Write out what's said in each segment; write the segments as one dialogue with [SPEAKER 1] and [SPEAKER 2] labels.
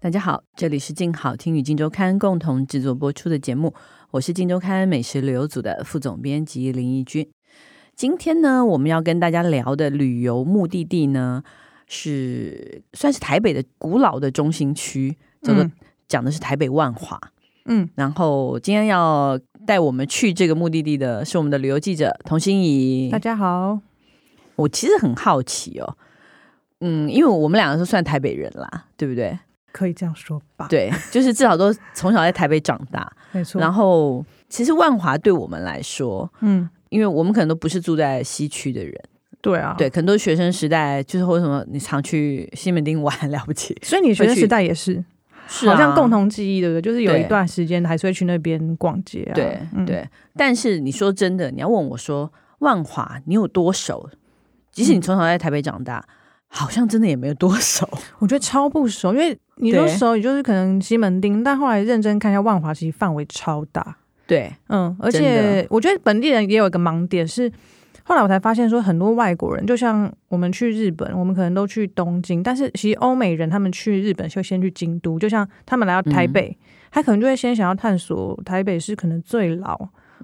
[SPEAKER 1] 大家好，这里是静好听与静周刊共同制作播出的节目，我是静周刊美食旅游组的副总编辑林义君。今天呢，我们要跟大家聊的旅游目的地呢，是算是台北的古老的中心区，叫做、
[SPEAKER 2] 嗯
[SPEAKER 1] 讲的是台北万华。
[SPEAKER 2] 嗯，
[SPEAKER 1] 然后今天要带我们去这个目的地的是我们的旅游记者童心怡。
[SPEAKER 2] 大家好，
[SPEAKER 1] 我其实很好奇哦，嗯，因为我们两个都算台北人啦，对不对？
[SPEAKER 2] 可以这样说吧？，
[SPEAKER 1] 对，就是至少都从小在台北长大。
[SPEAKER 2] 没错。
[SPEAKER 1] 然
[SPEAKER 2] 后，
[SPEAKER 1] 后，其实万华对我们来说，
[SPEAKER 2] 嗯，
[SPEAKER 1] 因为我们可能都不是住在西区的人，
[SPEAKER 2] 对啊，
[SPEAKER 1] 对，。可能都是学生时代，就是或者什么，你常去西门町玩了不起，
[SPEAKER 2] 所以你学
[SPEAKER 1] 会
[SPEAKER 2] 生
[SPEAKER 1] 去
[SPEAKER 2] 时代也是，
[SPEAKER 1] 是
[SPEAKER 2] 好像
[SPEAKER 1] 啊
[SPEAKER 2] 共同记忆，对不对？就是有
[SPEAKER 1] 对
[SPEAKER 2] 一段时间还是会去那边逛街啊。
[SPEAKER 1] 对、
[SPEAKER 2] 嗯，
[SPEAKER 1] 对。但是你说真的，你要问我说万华你有多熟？即使你
[SPEAKER 2] 嗯
[SPEAKER 1] 从小在台北长大，好像真的也没有多熟。
[SPEAKER 2] 我觉得超不熟，因为你
[SPEAKER 1] 对
[SPEAKER 2] 那时候也就是可能西门町，但后来认真看一下万华，其实范围超大。
[SPEAKER 1] 对，
[SPEAKER 2] 嗯，而
[SPEAKER 1] 真
[SPEAKER 2] 且我觉得本地人也有一个盲点是，后来我才发现说，很多外国人，就像我们去日本，我们可能都去东京，但是其实欧美人他们去日本就先去京都，就像他们来
[SPEAKER 1] 嗯
[SPEAKER 2] 到台北，他可能就会先想要探索台北是可能最老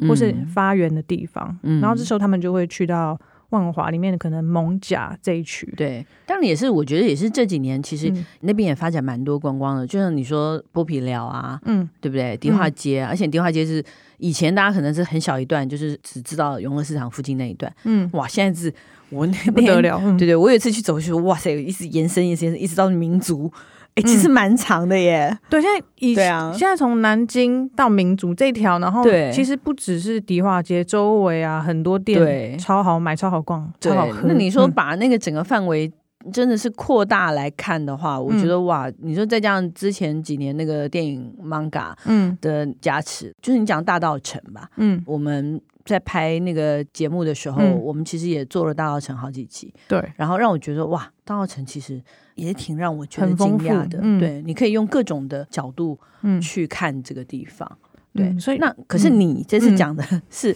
[SPEAKER 2] 或是
[SPEAKER 1] 嗯
[SPEAKER 2] 发源的地方，
[SPEAKER 1] 嗯
[SPEAKER 2] 然后这时候他们就会去到万华里面的可能蒙甲这一区。
[SPEAKER 1] 对，当然也是，我觉得也是这几年其实
[SPEAKER 2] 嗯
[SPEAKER 1] 那边也发展蛮多观光的，就像你说剥皮寮啊，
[SPEAKER 2] 嗯，
[SPEAKER 1] 对不对？迪化街，啊而且迪化街是以前大家可能是很小一段，就是只知道永乐市场附近那一段，
[SPEAKER 2] 嗯，
[SPEAKER 1] 哇，现在是我 那
[SPEAKER 2] 不
[SPEAKER 1] 天，
[SPEAKER 2] 得了，嗯
[SPEAKER 1] 对对，我有一次去走去，哇塞，一直延伸延伸，一直到民族，哎，其实蛮长的耶，
[SPEAKER 2] 对，现在以
[SPEAKER 1] 对啊
[SPEAKER 2] 现在从南京到民族这一条，然后
[SPEAKER 1] 对
[SPEAKER 2] 其实不只是迪化街周围啊，很多
[SPEAKER 1] 对
[SPEAKER 2] 店超好买、超好逛、
[SPEAKER 1] 对
[SPEAKER 2] 超好喝。
[SPEAKER 1] 那你说
[SPEAKER 2] 嗯
[SPEAKER 1] 把那个整个范围。真的是扩大来看的话，我觉得哇，你说再加上之前几年那个电影 manga
[SPEAKER 2] 嗯
[SPEAKER 1] 的加持，就是你讲大道城吧，
[SPEAKER 2] 嗯，
[SPEAKER 1] 我们在拍那个节目的时候，
[SPEAKER 2] 嗯
[SPEAKER 1] 我们其实也做了大稻城好几集，
[SPEAKER 2] 对，
[SPEAKER 1] 然后让我觉得哇，大稻城其实也挺让我觉得
[SPEAKER 2] 很
[SPEAKER 1] 惊
[SPEAKER 2] 丰
[SPEAKER 1] 讶
[SPEAKER 2] 富
[SPEAKER 1] 的。
[SPEAKER 2] 嗯
[SPEAKER 1] 对，你可以用各种的角度
[SPEAKER 2] 嗯，
[SPEAKER 1] 去看这个地方。对，
[SPEAKER 2] 嗯所以
[SPEAKER 1] 那可是
[SPEAKER 2] 嗯
[SPEAKER 1] 你这次
[SPEAKER 2] 嗯
[SPEAKER 1] 讲 的是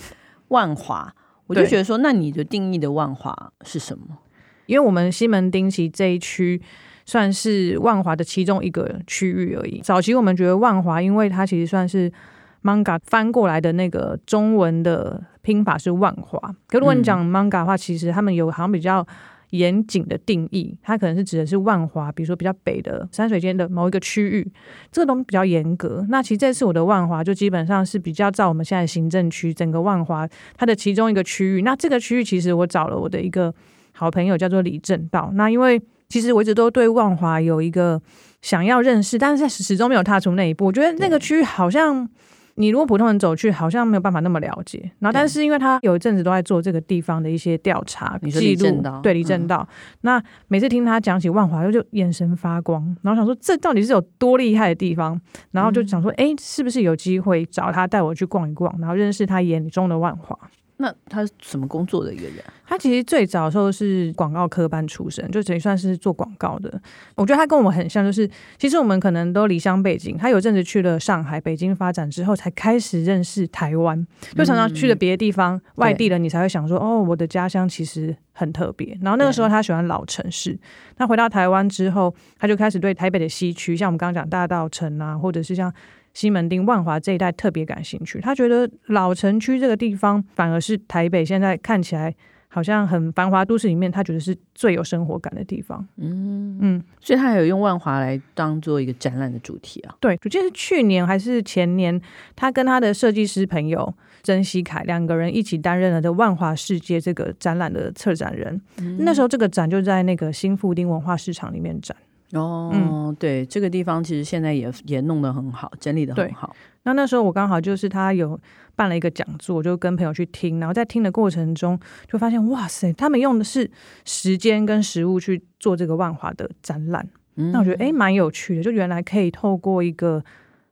[SPEAKER 1] 万华，我就
[SPEAKER 2] 对
[SPEAKER 1] 觉得说，那你的定义的万华是什么？
[SPEAKER 2] 因为我们西门町其实这一区算是万华的其中一个区域而已。早期我们觉得万华，因为它其实算是 manga 翻过来的那个中文的拼法是万华。可如果你讲 manga 的话，其实他们有好像比较。严谨的定义，它可能是指的是万华，比如说比较北的山水间的某一个区域，这个东西比较严格。那其实这次我的万华就基本上是比较照我们现在行政区整个万华它的其中一个区域。那这个区域其实我找了我的一个好朋友叫做李正道。那因为其实我一直都对万华有一个想要认识，但是始终没有踏出那一步。我觉得那个区域好像。你如果普通人走去，好像没有办法那么了解。然后，但是因为他有一阵子都在做这个地方的一些调查
[SPEAKER 1] 你说李
[SPEAKER 2] 记录
[SPEAKER 1] 正道，嗯
[SPEAKER 2] 对李正道。那每次听他讲起万华，我就眼神发光，然后想说这到底是有多厉害的地方？然后
[SPEAKER 1] 嗯
[SPEAKER 2] 就想说，哎、是不是有机会找他带我去逛一逛，然后认识他眼中的万华？
[SPEAKER 1] 那他是什么工作的一个人？啊
[SPEAKER 2] 他其实最早的时候是广告科班出身，就等于算是做广告的。我觉得他跟我们很像，就是其实我们可能都离乡背景。他有阵子去了上海、北京发展之后，才开始认识台湾。就常常去了别的地方、外地人，你才会想说，哦，我的家乡其实很特别。然后那个时候他喜欢老城市，那回到台湾之后，他就开始对台北的西区，像我们刚刚讲大道城啊，或者是像。西门町、万华这一带特别感兴趣，他觉得老城区这个地方反而是台北现在看起来好像很繁华都市里面，他觉得是最有生活感的地方。
[SPEAKER 1] 嗯，
[SPEAKER 2] 嗯，
[SPEAKER 1] 所以他还有用万华来当做一个展览的主题啊。
[SPEAKER 2] 对，我记得是去年还是前年，他跟他的设计师朋友曾希凯两个人一起担任了的万华世界这个展览的策展人。那时候这个展就在那个新富町文化市场里面展。
[SPEAKER 1] 哦，
[SPEAKER 2] 嗯
[SPEAKER 1] 对，这个地方其实现在也也弄得很好，整理的很
[SPEAKER 2] 对
[SPEAKER 1] 好。
[SPEAKER 2] 那那时候我刚好就是他有办了一个讲座，我就跟朋友去听，然后在听的过程中就发现，哇塞，他们用的是时间跟食物去做这个万华的展览。
[SPEAKER 1] 嗯
[SPEAKER 2] 那我觉得诶蛮有趣的，就原来可以透过一个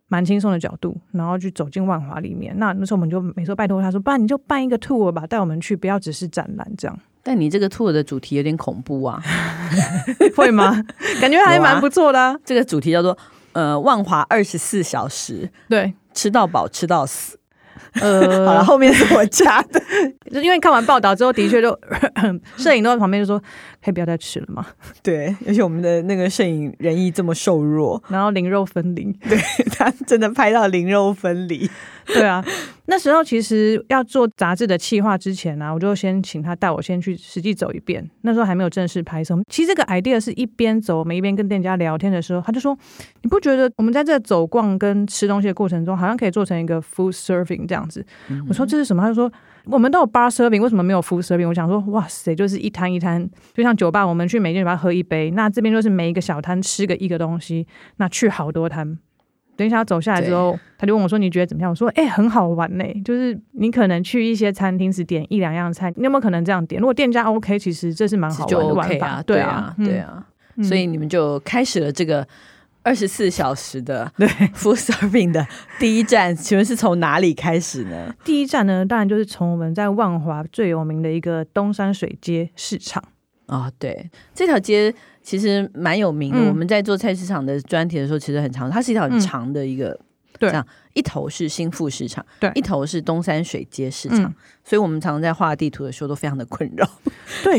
[SPEAKER 2] 蛮轻松的角度，然后去走进万华里面。那那时候我们就每次拜托他说，不然你就办一个 tour 吧，带我们去，不要只是展览这样，
[SPEAKER 1] 但你这个 tour 的主题有点恐怖啊，
[SPEAKER 2] 会吗？ 感觉还
[SPEAKER 1] 有啊
[SPEAKER 2] 蛮不错的、啊。
[SPEAKER 1] 这个主题叫做呃万华二十四小时
[SPEAKER 2] 对，
[SPEAKER 1] 吃到饱吃到死。
[SPEAKER 2] 呃，
[SPEAKER 1] 好了，后面是我加的，
[SPEAKER 2] 就因为看完报道之后，的确就 摄影都在旁边就说，可以不要再吃了嘛，
[SPEAKER 1] 对，而且我们的那个摄影人艺这么瘦弱，
[SPEAKER 2] 然后零肉分离。
[SPEAKER 1] 他真的拍到灵肉分离。
[SPEAKER 2] 对啊，那时候其实要做杂志的企划之前呢、啊我就先请他带我先去实际走一遍。那时候还没有正式拍摄，其实这个 idea 是一边走，我们一边跟店家聊天的时候，他就说：“你不觉得我们在这走逛跟吃东西的过程中，好像可以做成一个 food serving 这样子？”我
[SPEAKER 1] 嗯
[SPEAKER 2] 说：“这是什么？”他就说：“我们都有 bar serving，为什么没有 food serving？” 我想说：“哇塞，就是一摊一摊，就像酒吧，我们去每间酒吧喝一杯，那这边就是每一个小摊吃个一个东西，那去好多摊。”等一下走下来之后，他就问我说：“你觉得怎么样？”我说：“哎、很好玩呢、就是你可能去一些餐厅只点一两样菜，你有没有可能这样点？如果店家 OK，其实这是蛮好
[SPEAKER 1] 就
[SPEAKER 2] 玩的玩
[SPEAKER 1] OK
[SPEAKER 2] 法。
[SPEAKER 1] 啊，
[SPEAKER 2] 对
[SPEAKER 1] 对啊，
[SPEAKER 2] 嗯
[SPEAKER 1] 对啊，所以你们就开始了这个二十四小时 的
[SPEAKER 2] 对
[SPEAKER 1] food serving 的第一站，请问是从哪里开始呢？
[SPEAKER 2] 第一站呢，当然就是从我们在万华最有名的一个东山水街市场。
[SPEAKER 1] 啊、对，这条街其实蛮有名的。
[SPEAKER 2] 嗯
[SPEAKER 1] 我们在做菜市场的专题的时候，其实很长，它是一条很
[SPEAKER 2] 嗯
[SPEAKER 1] 长的一个，
[SPEAKER 2] 对
[SPEAKER 1] 这样一头是新富市场，
[SPEAKER 2] 对
[SPEAKER 1] 一头是东山水街市场，
[SPEAKER 2] 嗯
[SPEAKER 1] 所以我们常常在画地图的时候都非常的困扰，
[SPEAKER 2] 对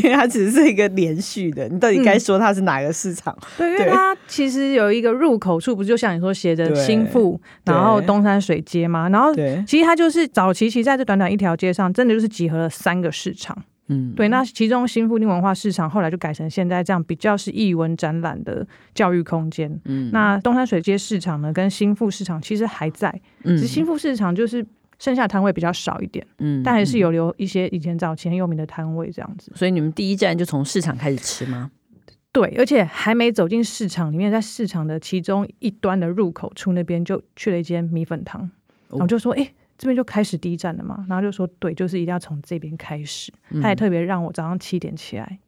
[SPEAKER 1] 因为它只是一个连续的，你到底该说它是哪个市场？
[SPEAKER 2] 对，因为
[SPEAKER 1] 对
[SPEAKER 2] 它其实有一个入口处，不就像你说写着
[SPEAKER 1] 对
[SPEAKER 2] 新富，
[SPEAKER 1] 对
[SPEAKER 2] 然后东山水街嘛，然后。
[SPEAKER 1] 对，
[SPEAKER 2] 其实它就是早期，其实在这短短一条街上，真的就是集合了三个市场。
[SPEAKER 1] 嗯，
[SPEAKER 2] 对，那其中新富町文化市场后来就改成现在这样比较是艺文展览的教育空间。
[SPEAKER 1] 嗯
[SPEAKER 2] 那东山水街市场呢，跟新富市场其实还在，
[SPEAKER 1] 嗯
[SPEAKER 2] 只是新富市场就是剩下摊位比较少一点，
[SPEAKER 1] 嗯
[SPEAKER 2] 但还是
[SPEAKER 1] 嗯
[SPEAKER 2] 有留一些以前早期很有名的摊位这样子。
[SPEAKER 1] 所以你们第一站就从市场开始吃吗？
[SPEAKER 2] 对，而且还没走进市场里面，在市场的其中一端的入口处那边就去了一间米粉汤，
[SPEAKER 1] 哦
[SPEAKER 2] 然后就说：“哎、这边就开始第一站了嘛。”然后就说：“对，就是一定要从这边开始。
[SPEAKER 1] 嗯
[SPEAKER 2] 他也特别让我早上七点起来，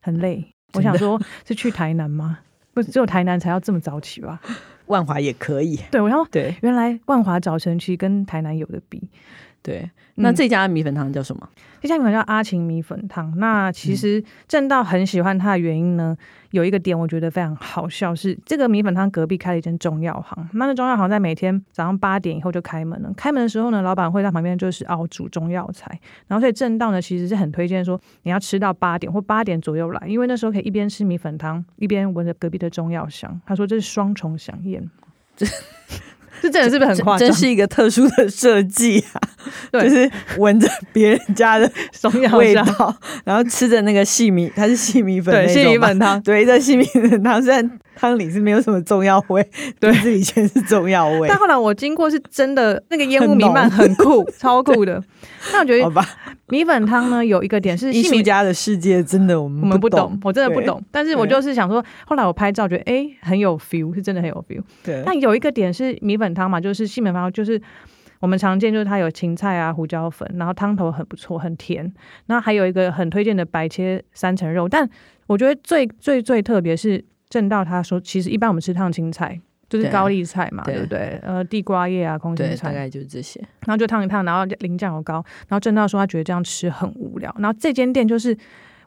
[SPEAKER 2] 很累。我想说，是去台南吗？不，只有台南才要这么早起吧？
[SPEAKER 1] 万华也可以，
[SPEAKER 2] 对，我想说
[SPEAKER 1] 对
[SPEAKER 2] 原来万华早晨区跟台南有的比。
[SPEAKER 1] 对。
[SPEAKER 2] 嗯
[SPEAKER 1] 那这家米粉汤叫什么？
[SPEAKER 2] 这家米粉叫阿晴米粉汤。那其实
[SPEAKER 1] 嗯
[SPEAKER 2] 正道很喜欢它的原因呢，有一个点我觉得非常好笑是，这个米粉汤隔壁开了一间中药行。那那中药行在每天早上八点以后就开门了。开门的时候呢，老板会在旁边就是熬煮中药材。然后所以正道呢，其实是很推荐说你要吃到八点或八点左右来，因为那时候可以一边吃米粉汤，一边闻着隔壁的中药香。他说这是双重享宴。 这真的是不是很夸张？
[SPEAKER 1] 真是一个特殊的设计啊！
[SPEAKER 2] 对
[SPEAKER 1] 就是闻着别人家 的
[SPEAKER 2] 中药
[SPEAKER 1] 味
[SPEAKER 2] 香，
[SPEAKER 1] 道，然后吃着那个细米，它是细米粉那
[SPEAKER 2] 对，
[SPEAKER 1] 种
[SPEAKER 2] 是米
[SPEAKER 1] 吗
[SPEAKER 2] 粉 汤。
[SPEAKER 1] 对，在细米粉汤，虽然汤里是没有什么中药味，对，这里全是中药味
[SPEAKER 2] 但，后来我经过是真的，那个烟雾
[SPEAKER 1] 很
[SPEAKER 2] 弥漫，
[SPEAKER 1] 浓
[SPEAKER 2] 很酷， 超酷的。那我觉
[SPEAKER 1] 好
[SPEAKER 2] 得
[SPEAKER 1] 吧？
[SPEAKER 2] 米粉汤呢，有一个点是
[SPEAKER 1] 艺
[SPEAKER 2] 细
[SPEAKER 1] 术
[SPEAKER 2] 米，
[SPEAKER 1] 家的世界真的我
[SPEAKER 2] 我
[SPEAKER 1] 们
[SPEAKER 2] 们不懂
[SPEAKER 1] 懂，，
[SPEAKER 2] 我真的不
[SPEAKER 1] 对
[SPEAKER 2] 懂。但是我
[SPEAKER 1] 对
[SPEAKER 2] 就是想说，后来我拍照觉得哎、诶很有 feel，是真的很有 feel。
[SPEAKER 1] 对，
[SPEAKER 2] 但有一个点是米粉汤嘛，就是细米粉汤，就是我们常见就是它有芹菜啊、胡椒粉，然后汤头很不错，很甜。那还有一个很推荐的白切三层肉，但我觉得最最最特别是正到他说，其实一般我们吃烫青菜。就是
[SPEAKER 1] 对
[SPEAKER 2] 高丽菜嘛，
[SPEAKER 1] 对
[SPEAKER 2] 对不对？呃，地瓜叶啊，空心
[SPEAKER 1] 对，
[SPEAKER 2] 菜
[SPEAKER 1] 大，概就是这些。
[SPEAKER 2] 然后就烫一烫，然后淋酱油膏，然后正道说他觉得这样吃很无聊，然后这间店就是，因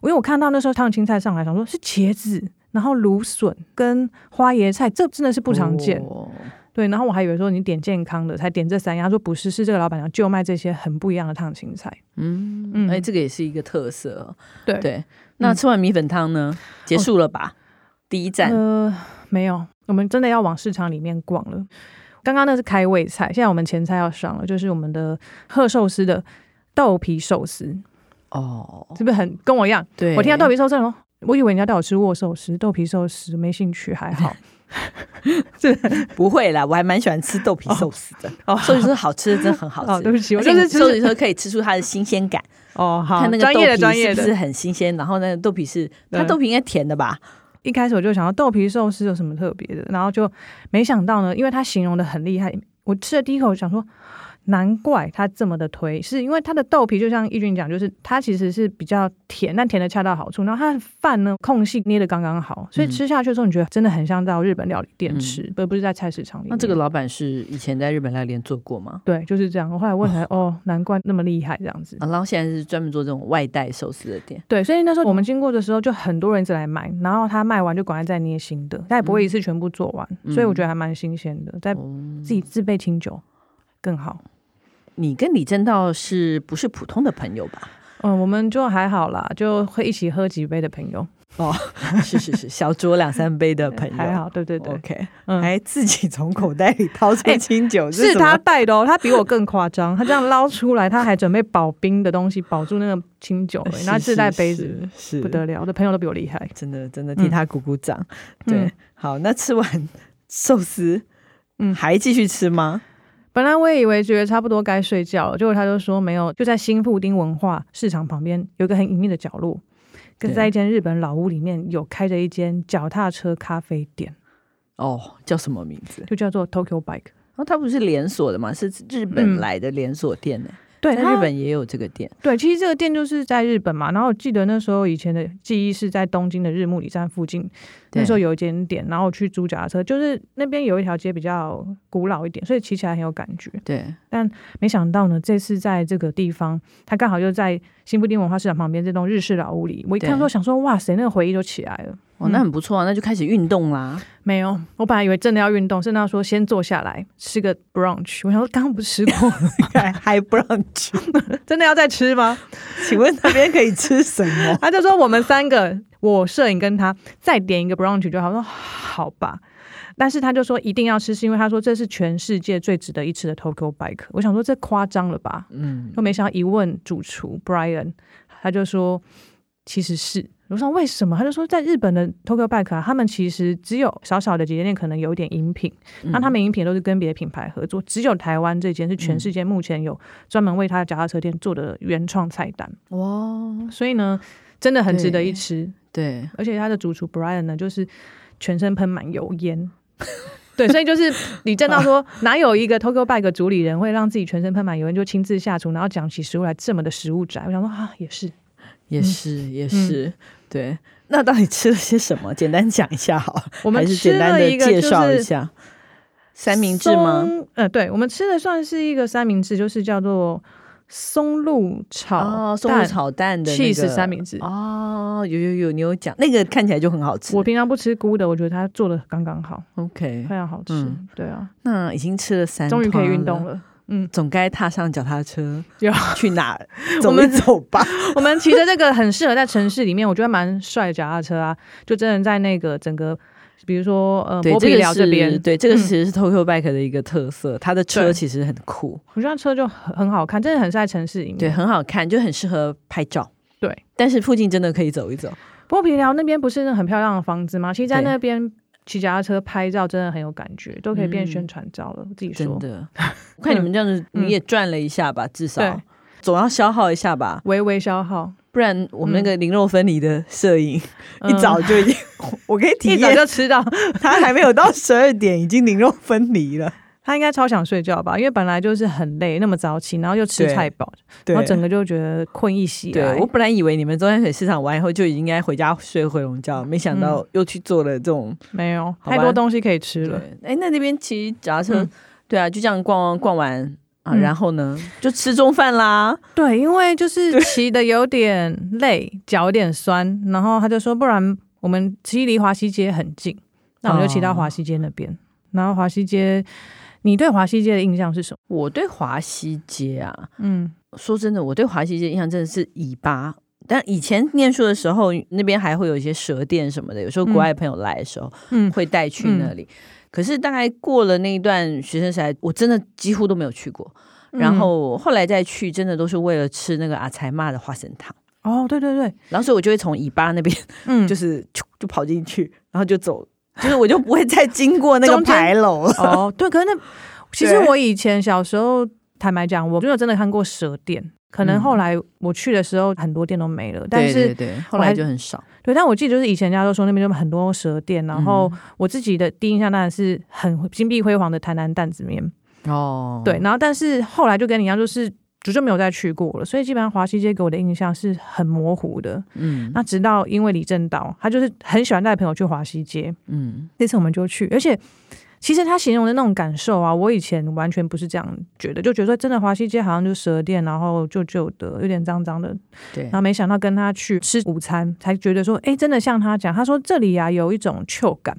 [SPEAKER 2] 为我看到那时候烫青菜上来，想说是茄子，然后芦笋跟花椰菜，这真的是不常见，
[SPEAKER 1] 哦
[SPEAKER 2] 对。然后我还以为说你点健康的才点这三样，他说不是，是这个老板娘就卖这些很不一样的烫青菜，
[SPEAKER 1] 嗯，
[SPEAKER 2] 嗯
[SPEAKER 1] 哎，这个也是一个特色哦。
[SPEAKER 2] 对嗯哦
[SPEAKER 1] 对，那吃完米粉汤呢，结束了吧？第一站，
[SPEAKER 2] 呃，没有，我们真的要往市场里面逛了。刚刚那是开胃菜，现在我们前菜要上了，就是我们的贺寿司的豆皮寿司，
[SPEAKER 1] 哦，
[SPEAKER 2] 是不是很跟我一样？
[SPEAKER 1] 对，
[SPEAKER 2] 我听到豆皮寿司了，我以为人家带我吃握寿司，豆皮寿司没兴趣，还好。
[SPEAKER 1] 不会啦，我还蛮喜欢吃豆皮寿司的。
[SPEAKER 2] 哦
[SPEAKER 1] 寿司说好吃的真的 很好吃，
[SPEAKER 2] 哦，对不起，我
[SPEAKER 1] 而
[SPEAKER 2] 就
[SPEAKER 1] 且
[SPEAKER 2] 是
[SPEAKER 1] 寿司说可以吃出它的新鲜感，
[SPEAKER 2] 哦，好
[SPEAKER 1] 它那，个
[SPEAKER 2] 专业的
[SPEAKER 1] 豆
[SPEAKER 2] 专
[SPEAKER 1] 皮
[SPEAKER 2] 业
[SPEAKER 1] 是不是
[SPEAKER 2] 的。
[SPEAKER 1] 很新鲜？然后那个豆皮是它
[SPEAKER 2] 对
[SPEAKER 1] 豆皮应该甜的吧？
[SPEAKER 2] 一开始我就想要豆皮寿司有什么特别的，然后就没想到呢，因为他形容的很厉害，我吃了第一口想说难怪它这么的推，是因为它的豆皮就像义军讲，就是它其实是比较甜，但甜的恰到好处。然后它的饭呢，空隙捏的刚刚好，所以
[SPEAKER 1] 嗯
[SPEAKER 2] 吃下去的时候，你觉得真的很像到日本料理店
[SPEAKER 1] 嗯
[SPEAKER 2] 吃，而、不是在菜市场里面。
[SPEAKER 1] 那这个老板是以前在日本料理店做过吗？
[SPEAKER 2] 对，就是这样。我后来问他，哦，难怪那么厉害这样子。
[SPEAKER 1] 啊，然后现在是专门做这种外带寿司的店。
[SPEAKER 2] 对，所以那时候我们经过的时候，就很多人一直来买，然后他卖完就赶快再捏新的，他也不会一次全部做完，
[SPEAKER 1] 嗯
[SPEAKER 2] 所以我觉得还蛮新鲜的，在
[SPEAKER 1] 哦
[SPEAKER 2] 自己自备清酒更好。
[SPEAKER 1] 你跟李正道是不是普通的朋友吧？
[SPEAKER 2] 嗯，我们就还好啦，就会一起喝几杯的朋友，
[SPEAKER 1] 是是是，小酌两三杯的朋友。
[SPEAKER 2] 还好，对对对，
[SPEAKER 1] OK，、
[SPEAKER 2] 嗯
[SPEAKER 1] 还自己从口袋里掏出
[SPEAKER 2] 哎
[SPEAKER 1] 清酒，这什
[SPEAKER 2] 是
[SPEAKER 1] 么
[SPEAKER 2] 他带的哦，他比我更夸张，他这样捞出来，他还准备保冰的东西保住那个清酒、欸，然后自带杯子，，
[SPEAKER 1] 呃是是
[SPEAKER 2] 不得了，我的朋友都比我厉害。
[SPEAKER 1] 真的真的替
[SPEAKER 2] 嗯
[SPEAKER 1] 他鼓鼓掌。对
[SPEAKER 2] 嗯，，
[SPEAKER 1] 好，那吃完寿司，
[SPEAKER 2] 嗯
[SPEAKER 1] 还继续吃吗？
[SPEAKER 2] 本来我也以为觉得差不多该睡觉了，结果他就说没有，就在新富町文化市场旁边有一个很隐秘的角落，跟
[SPEAKER 1] 对
[SPEAKER 2] 在一间日本老屋里面有开着一间脚踏车咖啡店，
[SPEAKER 1] 哦，叫什么名字？
[SPEAKER 2] 就叫做 Tokyo Bike。
[SPEAKER 1] 然后它哦不是连锁的嘛，是日
[SPEAKER 2] 嗯
[SPEAKER 1] 本来的连锁店呢、
[SPEAKER 2] 对，
[SPEAKER 1] 在
[SPEAKER 2] 它
[SPEAKER 1] 日本也有这个店。
[SPEAKER 2] 对，其实这个店就是在日本嘛。然后我记得那时候以前的记忆是在东京的日暮里站附近，那
[SPEAKER 1] 对
[SPEAKER 2] 时候有一间店，然后我去租脚踏车，就是那边有一条街比较古老一点，所以骑起来很有感觉。
[SPEAKER 1] 对，
[SPEAKER 2] 没想到呢，这次在这个地方，它刚好就在新布丁文化市场旁边这栋日式老屋里。我一看
[SPEAKER 1] 对
[SPEAKER 2] 说想说，哇塞，那个回忆就起来了。
[SPEAKER 1] 哦，那很不错啊，那就开始运动 啦。
[SPEAKER 2] 没有，我本来以为真的要运动，甚至要说先坐下来吃个 brunch。我想说，刚刚不是吃 过了，
[SPEAKER 1] 还不让去，
[SPEAKER 2] 真的要再吃吗？
[SPEAKER 1] 请问那边可以吃什么？
[SPEAKER 2] 他就说我们三个，我摄影跟他再点一个 brunch 就好。我说好吧，但是他就说一定要吃，是因为他说这是全世界最值得一吃的 Tokyo Bike。我想说这夸张了吧？
[SPEAKER 1] 嗯，
[SPEAKER 2] 就没想到一问主厨 Brian，他就说其实是。我说为什么？他就说在日本的 Tokyo Bike 啊，他们其实只有少少的几间店可能有一点饮品，
[SPEAKER 1] 嗯
[SPEAKER 2] 那、他们饮品都是跟别的品牌合作，只有台湾这间是全世界目前有专门为他的脚踏车店做的原创菜单。
[SPEAKER 1] 哇，
[SPEAKER 2] 所以呢，真的很值得一
[SPEAKER 1] 对
[SPEAKER 2] 吃。
[SPEAKER 1] 对，
[SPEAKER 2] 而且他的主厨 Brian 呢，就是全身喷满油烟。对，所以就是李正道说，哪有一个 Tokyo Bike 主理人会让自己全身喷满油烟，就亲自下厨，然后讲起食物来这么的食物宅？我想说啊，也是，
[SPEAKER 1] 也是、也是、对。那到底吃了些什么？简单讲一下好了，
[SPEAKER 2] 我们
[SPEAKER 1] 还是
[SPEAKER 2] 吃
[SPEAKER 1] 简单
[SPEAKER 2] 了
[SPEAKER 1] 的
[SPEAKER 2] 一个
[SPEAKER 1] 介绍
[SPEAKER 2] 就
[SPEAKER 1] 一
[SPEAKER 2] 是
[SPEAKER 1] 下、三明治吗？
[SPEAKER 2] 松？呃，对，我们吃的算是一个三明治，就是叫做松露炒蛋、
[SPEAKER 1] 哦，松露炒蛋的、那个、
[SPEAKER 2] cheese 三明治。
[SPEAKER 1] 哦，有有有，你有讲那个看起来就很好吃。
[SPEAKER 2] 我平常不吃菇的，我觉得他做的刚刚好，
[SPEAKER 1] OK，
[SPEAKER 2] 非常好吃。
[SPEAKER 1] 嗯
[SPEAKER 2] 对啊，
[SPEAKER 1] 那已经吃了三，
[SPEAKER 2] 终于可以运动
[SPEAKER 1] 了，
[SPEAKER 2] 了。嗯，
[SPEAKER 1] 总该踏上脚踏 车
[SPEAKER 2] 有。
[SPEAKER 1] 去哪 儿
[SPEAKER 2] 我
[SPEAKER 1] 走
[SPEAKER 2] 们
[SPEAKER 1] 一走 吧。
[SPEAKER 2] 我们骑着这个很适合在城市里面，我觉得蛮帅的脚踏车啊，就真的在那个整个，比如说呃，
[SPEAKER 1] 对，
[SPEAKER 2] 波
[SPEAKER 1] 这
[SPEAKER 2] 比
[SPEAKER 1] 个
[SPEAKER 2] 寮
[SPEAKER 1] 是
[SPEAKER 2] 这边，
[SPEAKER 1] 对，这个
[SPEAKER 2] 嗯
[SPEAKER 1] 其实是 Tokyo Bike 的一个特色，它的车
[SPEAKER 2] 对
[SPEAKER 1] 其实很酷，
[SPEAKER 2] 我觉得那车就很很好看，真的很适合在城市里面。
[SPEAKER 1] 对，，很好看，就很适合拍照。
[SPEAKER 2] 对，
[SPEAKER 1] 但是附近真的可以走一走。
[SPEAKER 2] 波比寮那边不是那很漂亮的房子吗？其实，在
[SPEAKER 1] 对
[SPEAKER 2] 那边骑脚踏车拍照真的很有感觉，都可以变宣传照了。我自己
[SPEAKER 1] 真
[SPEAKER 2] 说，
[SPEAKER 1] 的， 我看你们这样子，
[SPEAKER 2] 嗯
[SPEAKER 1] 你也赚了一下吧，至少
[SPEAKER 2] 对
[SPEAKER 1] 总要消耗一下吧，
[SPEAKER 2] 微微消耗，
[SPEAKER 1] 不然我们那个零肉分离的摄影
[SPEAKER 2] 嗯
[SPEAKER 1] 一早 就已经，我可以体
[SPEAKER 2] 一早
[SPEAKER 1] 验
[SPEAKER 2] 就吃到，
[SPEAKER 1] 他还没有到十二点，已经零肉分离了。
[SPEAKER 2] 他应该超想睡觉吧？因为本来就是很累，那么早起，然后又吃
[SPEAKER 1] 对
[SPEAKER 2] 太饱，
[SPEAKER 1] 对
[SPEAKER 2] 然后整个就觉得困意袭来
[SPEAKER 1] 对。我哦本来以为你们中山水市场完以后就应该回家睡回笼觉，没想到又去做了这种。
[SPEAKER 2] 没有
[SPEAKER 1] 好吧
[SPEAKER 2] 太多东西可以
[SPEAKER 1] 嗯
[SPEAKER 2] 吃
[SPEAKER 1] 对
[SPEAKER 2] 了。，
[SPEAKER 1] 哎，那那边骑脚踏车，
[SPEAKER 2] 嗯
[SPEAKER 1] 对啊，就这样逛逛完啊，
[SPEAKER 2] 嗯
[SPEAKER 1] 然后呢就吃中饭啦。
[SPEAKER 2] 对，因为就是 骑的有点累，脚有点酸，然后他就说，不然我们骑离华西街很近，那我们就骑到华西街那边。然后华西街，你对华西街的印象是什么？
[SPEAKER 1] 我对华西街啊，
[SPEAKER 2] 嗯，
[SPEAKER 1] 说真的，我对华西街印象真的是尾巴。但以前念书的时候，那边还会有一些蛇店什么的，有时候国
[SPEAKER 2] 嗯
[SPEAKER 1] 外朋友来的时候，
[SPEAKER 2] 嗯
[SPEAKER 1] 会带去那里。可是大概过了那一段学生时代，我真的几乎都没有去过。然
[SPEAKER 2] 嗯
[SPEAKER 1] 后后来再去，真的都是为了吃那个阿才妈的花生糖。
[SPEAKER 2] 哦，对对对，
[SPEAKER 1] 然后所以我就会从尾巴那边，
[SPEAKER 2] 嗯，
[SPEAKER 1] 就是是咻就跑进去，然后就走，就是我就不会再经过那个
[SPEAKER 2] 中间
[SPEAKER 1] 牌楼了。
[SPEAKER 2] 哦，对，可是那其实
[SPEAKER 1] 对
[SPEAKER 2] 我以前小时候，坦白讲，我没有真的看过蛇店。可能
[SPEAKER 1] 嗯
[SPEAKER 2] 后来我去的时候，很多店都没了，但是
[SPEAKER 1] 对，
[SPEAKER 2] 我
[SPEAKER 1] 后来
[SPEAKER 2] 还
[SPEAKER 1] 就很少。
[SPEAKER 2] 对，但我记得就是以前人家都说那边就很多蛇店，然后
[SPEAKER 1] 嗯
[SPEAKER 2] 我自己的第一印象当然是很金碧辉煌的台南担子面，
[SPEAKER 1] 哦，
[SPEAKER 2] 对，，然后但是后来就跟你一样，就是就就没有再去过了，所以基本上华西街给我的印象是很模糊的。
[SPEAKER 1] 嗯
[SPEAKER 2] 那直到因为李正道，他就是很喜欢带朋友去华西街，
[SPEAKER 1] 嗯，
[SPEAKER 2] 那次我们就去，而且其实他形容的那种感受啊，我以前完全不是这样觉得，就觉得说真的华西街好像就蛇店，然后旧旧的，有点脏脏的，
[SPEAKER 1] 对
[SPEAKER 2] 然，后没想到跟他去吃午餐，才觉得说，哎，真的像他讲，他说这里啊有一种臭感。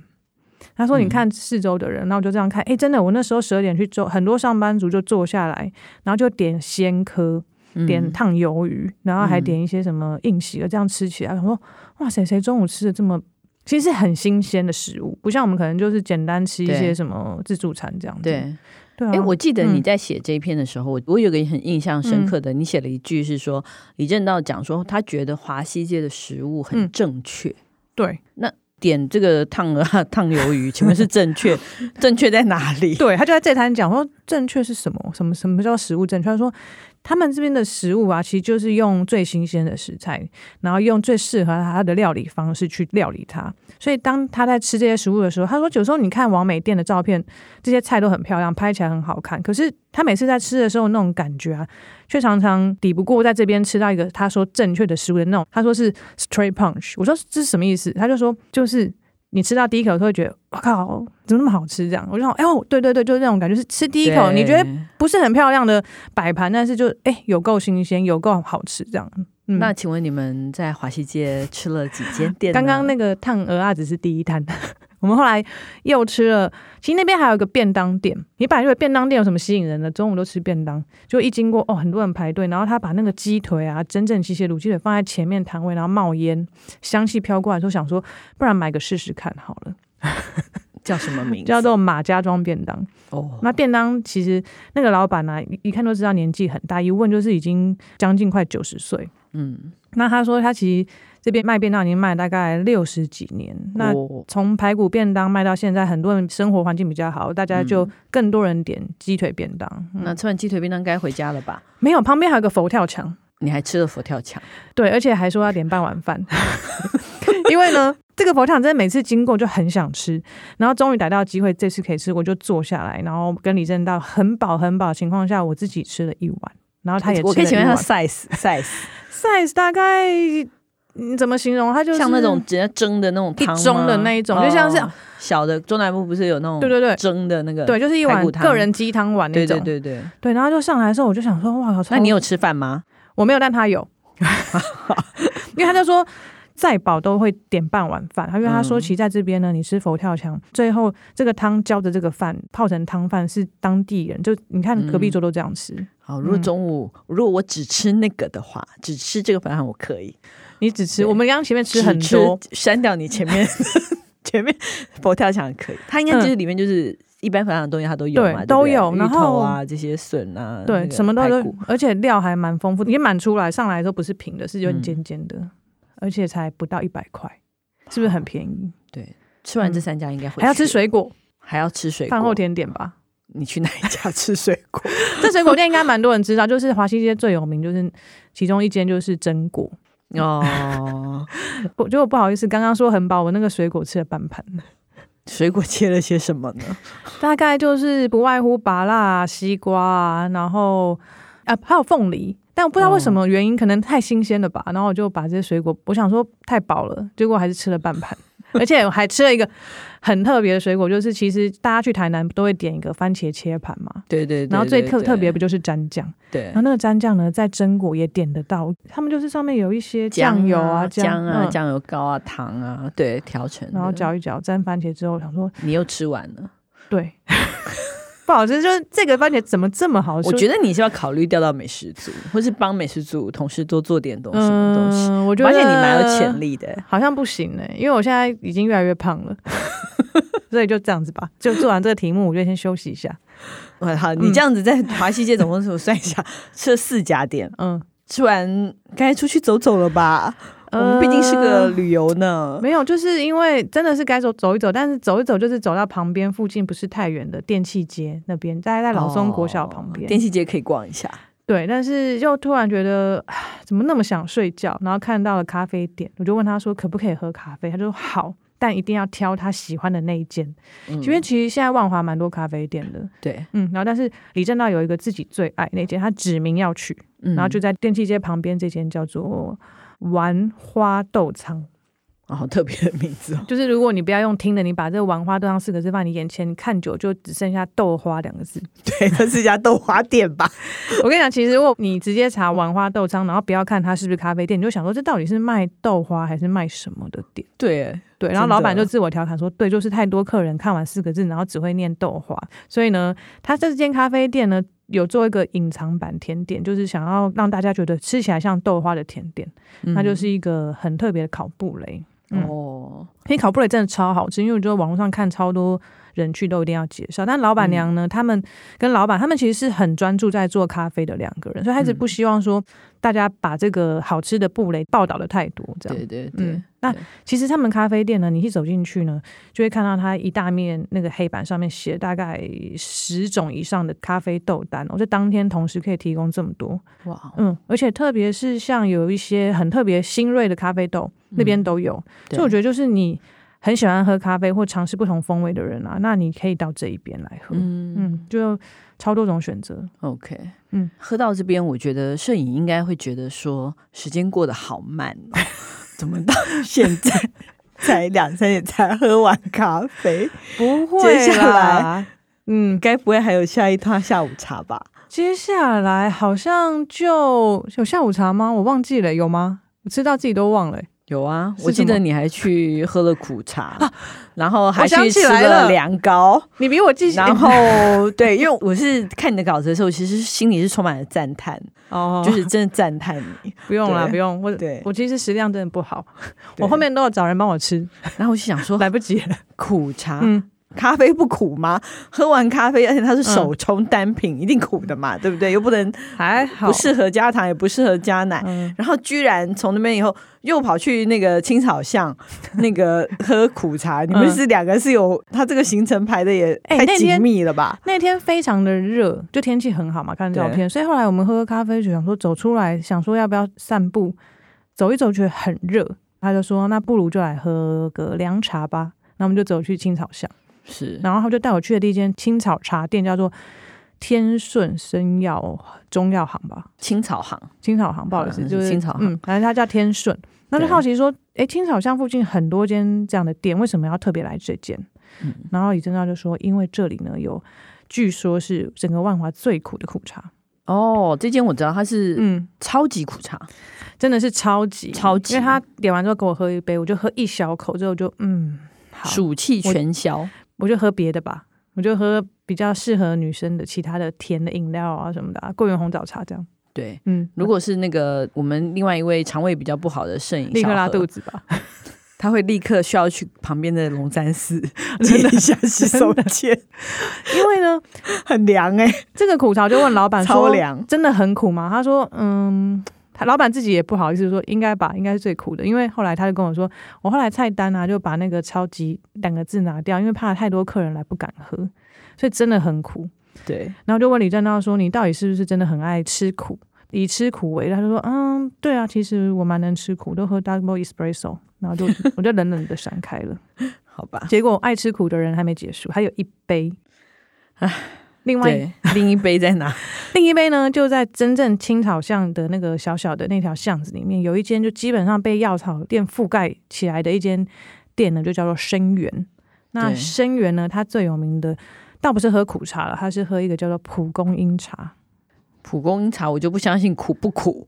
[SPEAKER 2] 他说：“
[SPEAKER 1] 嗯
[SPEAKER 2] 你看四周的人，然后我就这样看，哎，真的，我那时候十二点去做，很多上班族就坐下来，然后就点鲜科，点
[SPEAKER 1] 嗯
[SPEAKER 2] 烫鱿鱼，然后还
[SPEAKER 1] 嗯
[SPEAKER 2] 点一些什么硬席的，这样吃起来，我说哇塞，谁中午吃的这么，其实是很新鲜的食物，不像我们可能就是简单吃一些
[SPEAKER 1] 对
[SPEAKER 2] 什么自助餐这样子。
[SPEAKER 1] 对。
[SPEAKER 2] 对啊，
[SPEAKER 1] 哎、我记得你
[SPEAKER 2] 嗯
[SPEAKER 1] 在写这一篇的时候，我、我有个很印象深
[SPEAKER 2] 嗯
[SPEAKER 1] 刻的，你写了一句是说李正道讲说他觉得华西街的食物很
[SPEAKER 2] 嗯
[SPEAKER 1] 正确，
[SPEAKER 2] 对
[SPEAKER 1] 点这个烫啊烫鱿鱼，请问是正确？ 正确在哪里？
[SPEAKER 2] 对，他就在这摊讲说正确是什么，什么什么叫食物正确？他说他们这边的食物啊，其实就是用最新鲜的食材，然后用最适合他的料理方式去料理它。所以当他在吃这些食物的时候，他说有时候你看王美店的照片，这些菜都很漂亮，拍起来很好看，可是他每次在吃的时候那种感觉啊，却常常抵不过在这边吃到一个他说正确的食物的那种，他说是 straight punch，我说这是什么意思？他就说就是你吃到第一口的时候会觉得我靠怎么那么好吃这样，我就想哎呦对对对，就是那种感觉，是吃第一口你觉得
[SPEAKER 1] 对
[SPEAKER 2] 不是很漂亮的摆盘，但是就哎、有够新鲜，有够好吃这样。嗯啊
[SPEAKER 1] 那请问你们在华西街吃了几间店呢？
[SPEAKER 2] 刚刚那个烫鹅啊，只是第一摊。 我们后来又吃了，其实那边还有一个便当店。你本来以为便当店有什么吸引人的，中午都吃便当，就一经过哦，很多人排队，然后他把那个鸡腿啊，真正机械卤鸡腿放在前面摊位，然后冒烟，香气飘过来，就想说，不然买个试试看好了，
[SPEAKER 1] 叫什么名字？
[SPEAKER 2] 叫做马家庄便当。
[SPEAKER 1] 哦，
[SPEAKER 2] 那便当其实那个老板呢、一一看就知道年纪很大，一问就是已经将近快九十岁。
[SPEAKER 1] 嗯，
[SPEAKER 2] 那他说他其实这边卖便当已经卖了大概六十几年，那
[SPEAKER 1] 哦
[SPEAKER 2] 从排骨便当卖到现在，很多人生活环境比较好，大家就更多人点鸡腿便当。嗯
[SPEAKER 1] 嗯那吃完鸡腿便当该回家了吧？
[SPEAKER 2] 没有，旁边还有个佛跳墙，
[SPEAKER 1] 你还吃了佛跳墙？
[SPEAKER 2] 对，而且还说要点半 碗饭，因为呢，这个佛跳墙真的每次经过就很想吃，然后终于逮到机会，这次可以吃，我就坐下来，然后跟李正道很饱很饱的情况下，我自己吃了一碗，然啊后他也吃了
[SPEAKER 1] 我可以请问
[SPEAKER 2] 一
[SPEAKER 1] 他
[SPEAKER 2] 碗
[SPEAKER 1] size size，
[SPEAKER 2] size 大概你怎么形容？它就是
[SPEAKER 1] 像那种直接蒸的那种
[SPEAKER 2] 一
[SPEAKER 1] 汤吗
[SPEAKER 2] 盅的那一种就像是
[SPEAKER 1] 哦小的中南部不是有那种
[SPEAKER 2] 对对对
[SPEAKER 1] 蒸的那个
[SPEAKER 2] 对，就是一
[SPEAKER 1] 排
[SPEAKER 2] 碗
[SPEAKER 1] 骨汤
[SPEAKER 2] 个人鸡汤碗那
[SPEAKER 1] 对
[SPEAKER 2] 种。
[SPEAKER 1] 对对对。
[SPEAKER 2] 对然后就上来的时候，我就想说，哇，好超
[SPEAKER 1] 那你有吃饭吗？
[SPEAKER 2] 我没有，但他有， 因为他就说再饱都会点半碗饭。因为他说，
[SPEAKER 1] 嗯
[SPEAKER 2] 其实在这边呢，你吃佛跳墙，最后这个汤浇着这个饭泡成汤饭，是当地人，就你看隔
[SPEAKER 1] 嗯
[SPEAKER 2] 壁桌都这样吃。
[SPEAKER 1] 好，如果
[SPEAKER 2] 嗯
[SPEAKER 1] 中午、如果我只吃那个的话，只吃这个饭我可以
[SPEAKER 2] 你只吃，
[SPEAKER 1] 对
[SPEAKER 2] 我们刚刚前面吃
[SPEAKER 1] 只
[SPEAKER 2] 很多，
[SPEAKER 1] 删掉你前面 前面 佛跳墙可以，它应该就是里面就是。一般佛跳墙的东西它都有嘛，对
[SPEAKER 2] 对
[SPEAKER 1] 不对
[SPEAKER 2] 都有
[SPEAKER 1] 芋
[SPEAKER 2] 然
[SPEAKER 1] 头
[SPEAKER 2] 后
[SPEAKER 1] 啊这些笋啊，
[SPEAKER 2] 对，
[SPEAKER 1] 那个
[SPEAKER 2] 什么都
[SPEAKER 1] 排
[SPEAKER 2] 有
[SPEAKER 1] 骨，
[SPEAKER 2] 而且料还蛮丰富，也满出来，上来的时候不是平的，是有点
[SPEAKER 1] 嗯
[SPEAKER 2] 尖尖的，而且才不到一百块，是不是很便宜？
[SPEAKER 1] 吃完这
[SPEAKER 2] 嗯
[SPEAKER 1] 三家应该会
[SPEAKER 2] 还要吃
[SPEAKER 1] 去，
[SPEAKER 2] 水果，
[SPEAKER 1] 还要吃水果。
[SPEAKER 2] 饭后甜点吧。
[SPEAKER 1] 你去哪一家吃水果？
[SPEAKER 2] 这水果店应该蛮多人知道，就是华西街最有名，就是其中一间就是榛果。
[SPEAKER 1] 哦，
[SPEAKER 2] 我就不好意思，刚刚说很饱，我那个水果吃了半盘，
[SPEAKER 1] 水果切了些什么呢？
[SPEAKER 2] 大概就是不外乎芭辣、啊、西瓜啊，然后啊还有凤梨，但我不知道为
[SPEAKER 1] 哦
[SPEAKER 2] 什么原因，可能太新鲜了吧。然后我就把这些水果，我想说太饱了，结果还是吃了半盘。而且我还吃了一个很特别的水果，就是其实大家去台南都会点一个番茄切盘嘛，
[SPEAKER 1] 对对对
[SPEAKER 2] 然后最
[SPEAKER 1] 对
[SPEAKER 2] 特
[SPEAKER 1] 对
[SPEAKER 2] 特别不就是蘸酱？
[SPEAKER 1] 对
[SPEAKER 2] 然后那个蘸酱呢，在榛果也点得到，他们就是上面有一些酱油啊、
[SPEAKER 1] 姜啊、
[SPEAKER 2] 嗯
[SPEAKER 1] 酱油膏啊、糖啊，对，调成的。
[SPEAKER 2] 然后搅一搅，蘸番茄之后，想说
[SPEAKER 1] 你又吃完了，
[SPEAKER 2] 对，不好吃，就是这个番茄怎么这么好吃？
[SPEAKER 1] 我觉
[SPEAKER 2] 得，
[SPEAKER 1] 得你是要考虑调到美食组，或是帮美食组同事多做点东西什么东西。
[SPEAKER 2] 嗯，我觉得嗯
[SPEAKER 1] 而且你蛮有潜，力的，
[SPEAKER 2] 好像不行呢、因为我现在已经越来越胖 了，所以就这样子吧。就做完这个题目，我就先休息一下。
[SPEAKER 1] 哇好，你
[SPEAKER 2] 嗯
[SPEAKER 1] 这样子在华西街总共是我算一下，吃了四家店，
[SPEAKER 2] 嗯，
[SPEAKER 1] 吃完该出去走走了吧？我们毕竟是个旅游呢
[SPEAKER 2] 呃。没有，就是因为真的是该走走一走，但是走一走就是走到旁边附近不是太远的电器街那边，大概在老松国小旁边。
[SPEAKER 1] 哦电器街可以逛一下。
[SPEAKER 2] 对，但是又突然觉得唉怎么那么想睡觉，然后看到了咖啡店，我就问他说可不可以喝咖啡，他就说好。但一定要挑他喜欢的那一间，
[SPEAKER 1] 嗯
[SPEAKER 2] 因为其实现在万华蛮多咖啡店的，
[SPEAKER 1] 对，
[SPEAKER 2] 嗯，然后但是李正道有一个自己最爱那间，他指名要去，
[SPEAKER 1] 嗯
[SPEAKER 2] 然后就在电器街旁边这间叫做玩花豆仓，
[SPEAKER 1] 哦，好特别的名字哦，
[SPEAKER 2] 就是如果你不要用听的，你把这“玩花豆仓”四个字放你眼前，你看久就只剩下豆花两个字。
[SPEAKER 1] 对，这是一家豆花店吧？
[SPEAKER 2] 我跟你讲，其实如果你直接查“玩花豆仓”，然后不要看它是不是咖啡店，你就想说这到底是卖豆花还是卖什么的店？
[SPEAKER 1] 对，
[SPEAKER 2] 对，然后
[SPEAKER 1] 真的
[SPEAKER 2] 老板就自我调侃说，对，就是太多客人看完四个字，然后只会念豆花，所以呢，他这间咖啡店呢有做一个隐藏版甜点，就是想要让大家觉得吃起来像豆花的甜点，那就
[SPEAKER 1] 嗯
[SPEAKER 2] 是一个很特别的烤布雷。嗯
[SPEAKER 1] 哦，
[SPEAKER 2] 因为烤布雷真的超好吃，因为我觉得网络上看超多人去都一定要介绍。但老板娘呢，他们跟老板他们其实是很专注在做咖啡的两个人，所以他一直不希望说大家把这个好吃的布雷报道的太多，这样
[SPEAKER 1] 对。对对，
[SPEAKER 2] 嗯，那其实他们咖啡店呢，你一走进去呢，就会看到它一大面那个黑板上面写大概十种以上的咖啡豆单、哦，我在当天同时可以提供这么多。
[SPEAKER 1] 哇，哦
[SPEAKER 2] 嗯，而且特别是像有一些很特别新锐的咖啡豆，那边都有。所以我觉
[SPEAKER 1] 得，
[SPEAKER 2] 得就是你很喜欢喝咖啡或尝试不同风味的人啊，那你可以到这一边来喝。嗯
[SPEAKER 1] 嗯
[SPEAKER 2] 就超多种选择。
[SPEAKER 1] ，OK，嗯
[SPEAKER 2] 嗯，
[SPEAKER 1] 喝到这边，我觉得摄影应该会觉得说时间过得好慢、 哦，怎么到现在 才两三点才喝完咖啡？
[SPEAKER 2] 不
[SPEAKER 1] 会啦
[SPEAKER 2] 接下来，嗯，
[SPEAKER 1] 该不会还有下一趟下午茶吧？
[SPEAKER 2] 接下来好像就有下午茶吗？我忘记了，有吗？我吃到自己都忘了、欸
[SPEAKER 1] 有啊，
[SPEAKER 2] 是
[SPEAKER 1] 我记
[SPEAKER 2] 什
[SPEAKER 1] 得
[SPEAKER 2] 么
[SPEAKER 1] 你还去喝了苦茶，然后还
[SPEAKER 2] 我想
[SPEAKER 1] 去
[SPEAKER 2] 起
[SPEAKER 1] 吃
[SPEAKER 2] 来了
[SPEAKER 1] 凉糕。
[SPEAKER 2] 你比我记性
[SPEAKER 1] 然 后对，因为我是看你的稿子的时候，其实心里是充满了赞叹，
[SPEAKER 2] 哦，
[SPEAKER 1] 就是真的赞叹你。
[SPEAKER 2] 不用啦，
[SPEAKER 1] 对
[SPEAKER 2] 不用。我
[SPEAKER 1] 对
[SPEAKER 2] 我其实食量真的不好，
[SPEAKER 1] 对
[SPEAKER 2] 我后，面都要找人帮我吃，
[SPEAKER 1] 然后我就想 说，
[SPEAKER 2] 来不及了。
[SPEAKER 1] 苦茶、
[SPEAKER 2] 嗯，
[SPEAKER 1] 咖啡不苦吗？ 喝完咖啡，而且它是手冲单品，一定苦的 嘛，对不对？又不能
[SPEAKER 2] 还好。
[SPEAKER 1] 不适合加糖，也不适合加奶。
[SPEAKER 2] 嗯，
[SPEAKER 1] 然后居然从那边以后又跑去那个青草 巷，那个喝苦茶。你们
[SPEAKER 2] 嗯
[SPEAKER 1] 是两个是有他这个行程排的也
[SPEAKER 2] 哎
[SPEAKER 1] 太
[SPEAKER 2] 那
[SPEAKER 1] 紧
[SPEAKER 2] 天
[SPEAKER 1] 密了吧？
[SPEAKER 2] 那天非常的热，就天气很好嘛，看照片，所以后来我们喝喝咖啡，就想说走出来，想说要不要散步，走一走，觉得很热，他就说那不如就来喝个凉茶吧，那我们就走去青草巷，
[SPEAKER 1] 是
[SPEAKER 2] 然后他就带我去的第一间青草茶店叫做天顺生药中药行吧，
[SPEAKER 1] 青草行，
[SPEAKER 2] 青草行，不好意思，
[SPEAKER 1] 嗯
[SPEAKER 2] 就是
[SPEAKER 1] 青草行
[SPEAKER 2] 嗯，反正它叫天顺，那就
[SPEAKER 1] 对
[SPEAKER 2] 好奇说，诶，青草巷附近很多间这样的店，为什么要特别来这间？
[SPEAKER 1] 嗯
[SPEAKER 2] 然后李正道就说，因为这里呢有，据说是整个万华最苦的苦茶，
[SPEAKER 1] 哦，这间我知道，它是
[SPEAKER 2] 嗯，
[SPEAKER 1] 超级苦茶，
[SPEAKER 2] 真的是超级
[SPEAKER 1] 超级
[SPEAKER 2] 因为他点完之后给我喝一杯，我就喝一小口之后就嗯，好，
[SPEAKER 1] 暑气全消。
[SPEAKER 2] 我就喝别的吧，我就喝比较适合女生的其他的甜的饮料啊什么的、啊，桂圆红枣茶这样，
[SPEAKER 1] 对，
[SPEAKER 2] 嗯，
[SPEAKER 1] 如果是那个我们另外一位肠胃比较不好的摄影，
[SPEAKER 2] 立刻拉肚
[SPEAKER 1] 子，
[SPEAKER 2] 子吧，
[SPEAKER 1] 他会立刻需要去旁边的龙山 寺借一下洗手间，
[SPEAKER 2] 因为呢，
[SPEAKER 1] 很凉哎、
[SPEAKER 2] 这个苦茶就问老板
[SPEAKER 1] 超
[SPEAKER 2] 说，
[SPEAKER 1] 凉。
[SPEAKER 2] 真的很苦吗？他说，嗯，他老板自己也不好意思说，应该吧，应该是最苦的。因为后来他就跟我说，我后来菜单啊就把那个“超级”两个字拿掉，因为怕太多客人来不敢喝，所以真的很苦。
[SPEAKER 1] 对，
[SPEAKER 2] 然后就问李正道说，你到底是不是真的很爱吃苦？以吃苦为乐，他就说，嗯，对啊，其实我蛮能吃苦，都喝 double espresso，然后就 我就冷冷的闪开了。
[SPEAKER 1] 好吧，
[SPEAKER 2] 结果爱吃苦的人还没结束，还有一杯，另外一
[SPEAKER 1] 对，另一杯在哪？
[SPEAKER 2] 另一杯呢，就在真正青草巷的那个小小的那条巷子里面，有一间就基本上被药草店覆盖起来的一间店呢，就叫做生源。那
[SPEAKER 1] 对
[SPEAKER 2] 生源呢，它最有名的倒不是喝苦茶了，它是喝一个叫做蒲公英茶。
[SPEAKER 1] 蒲公英茶，我就不相信苦不苦，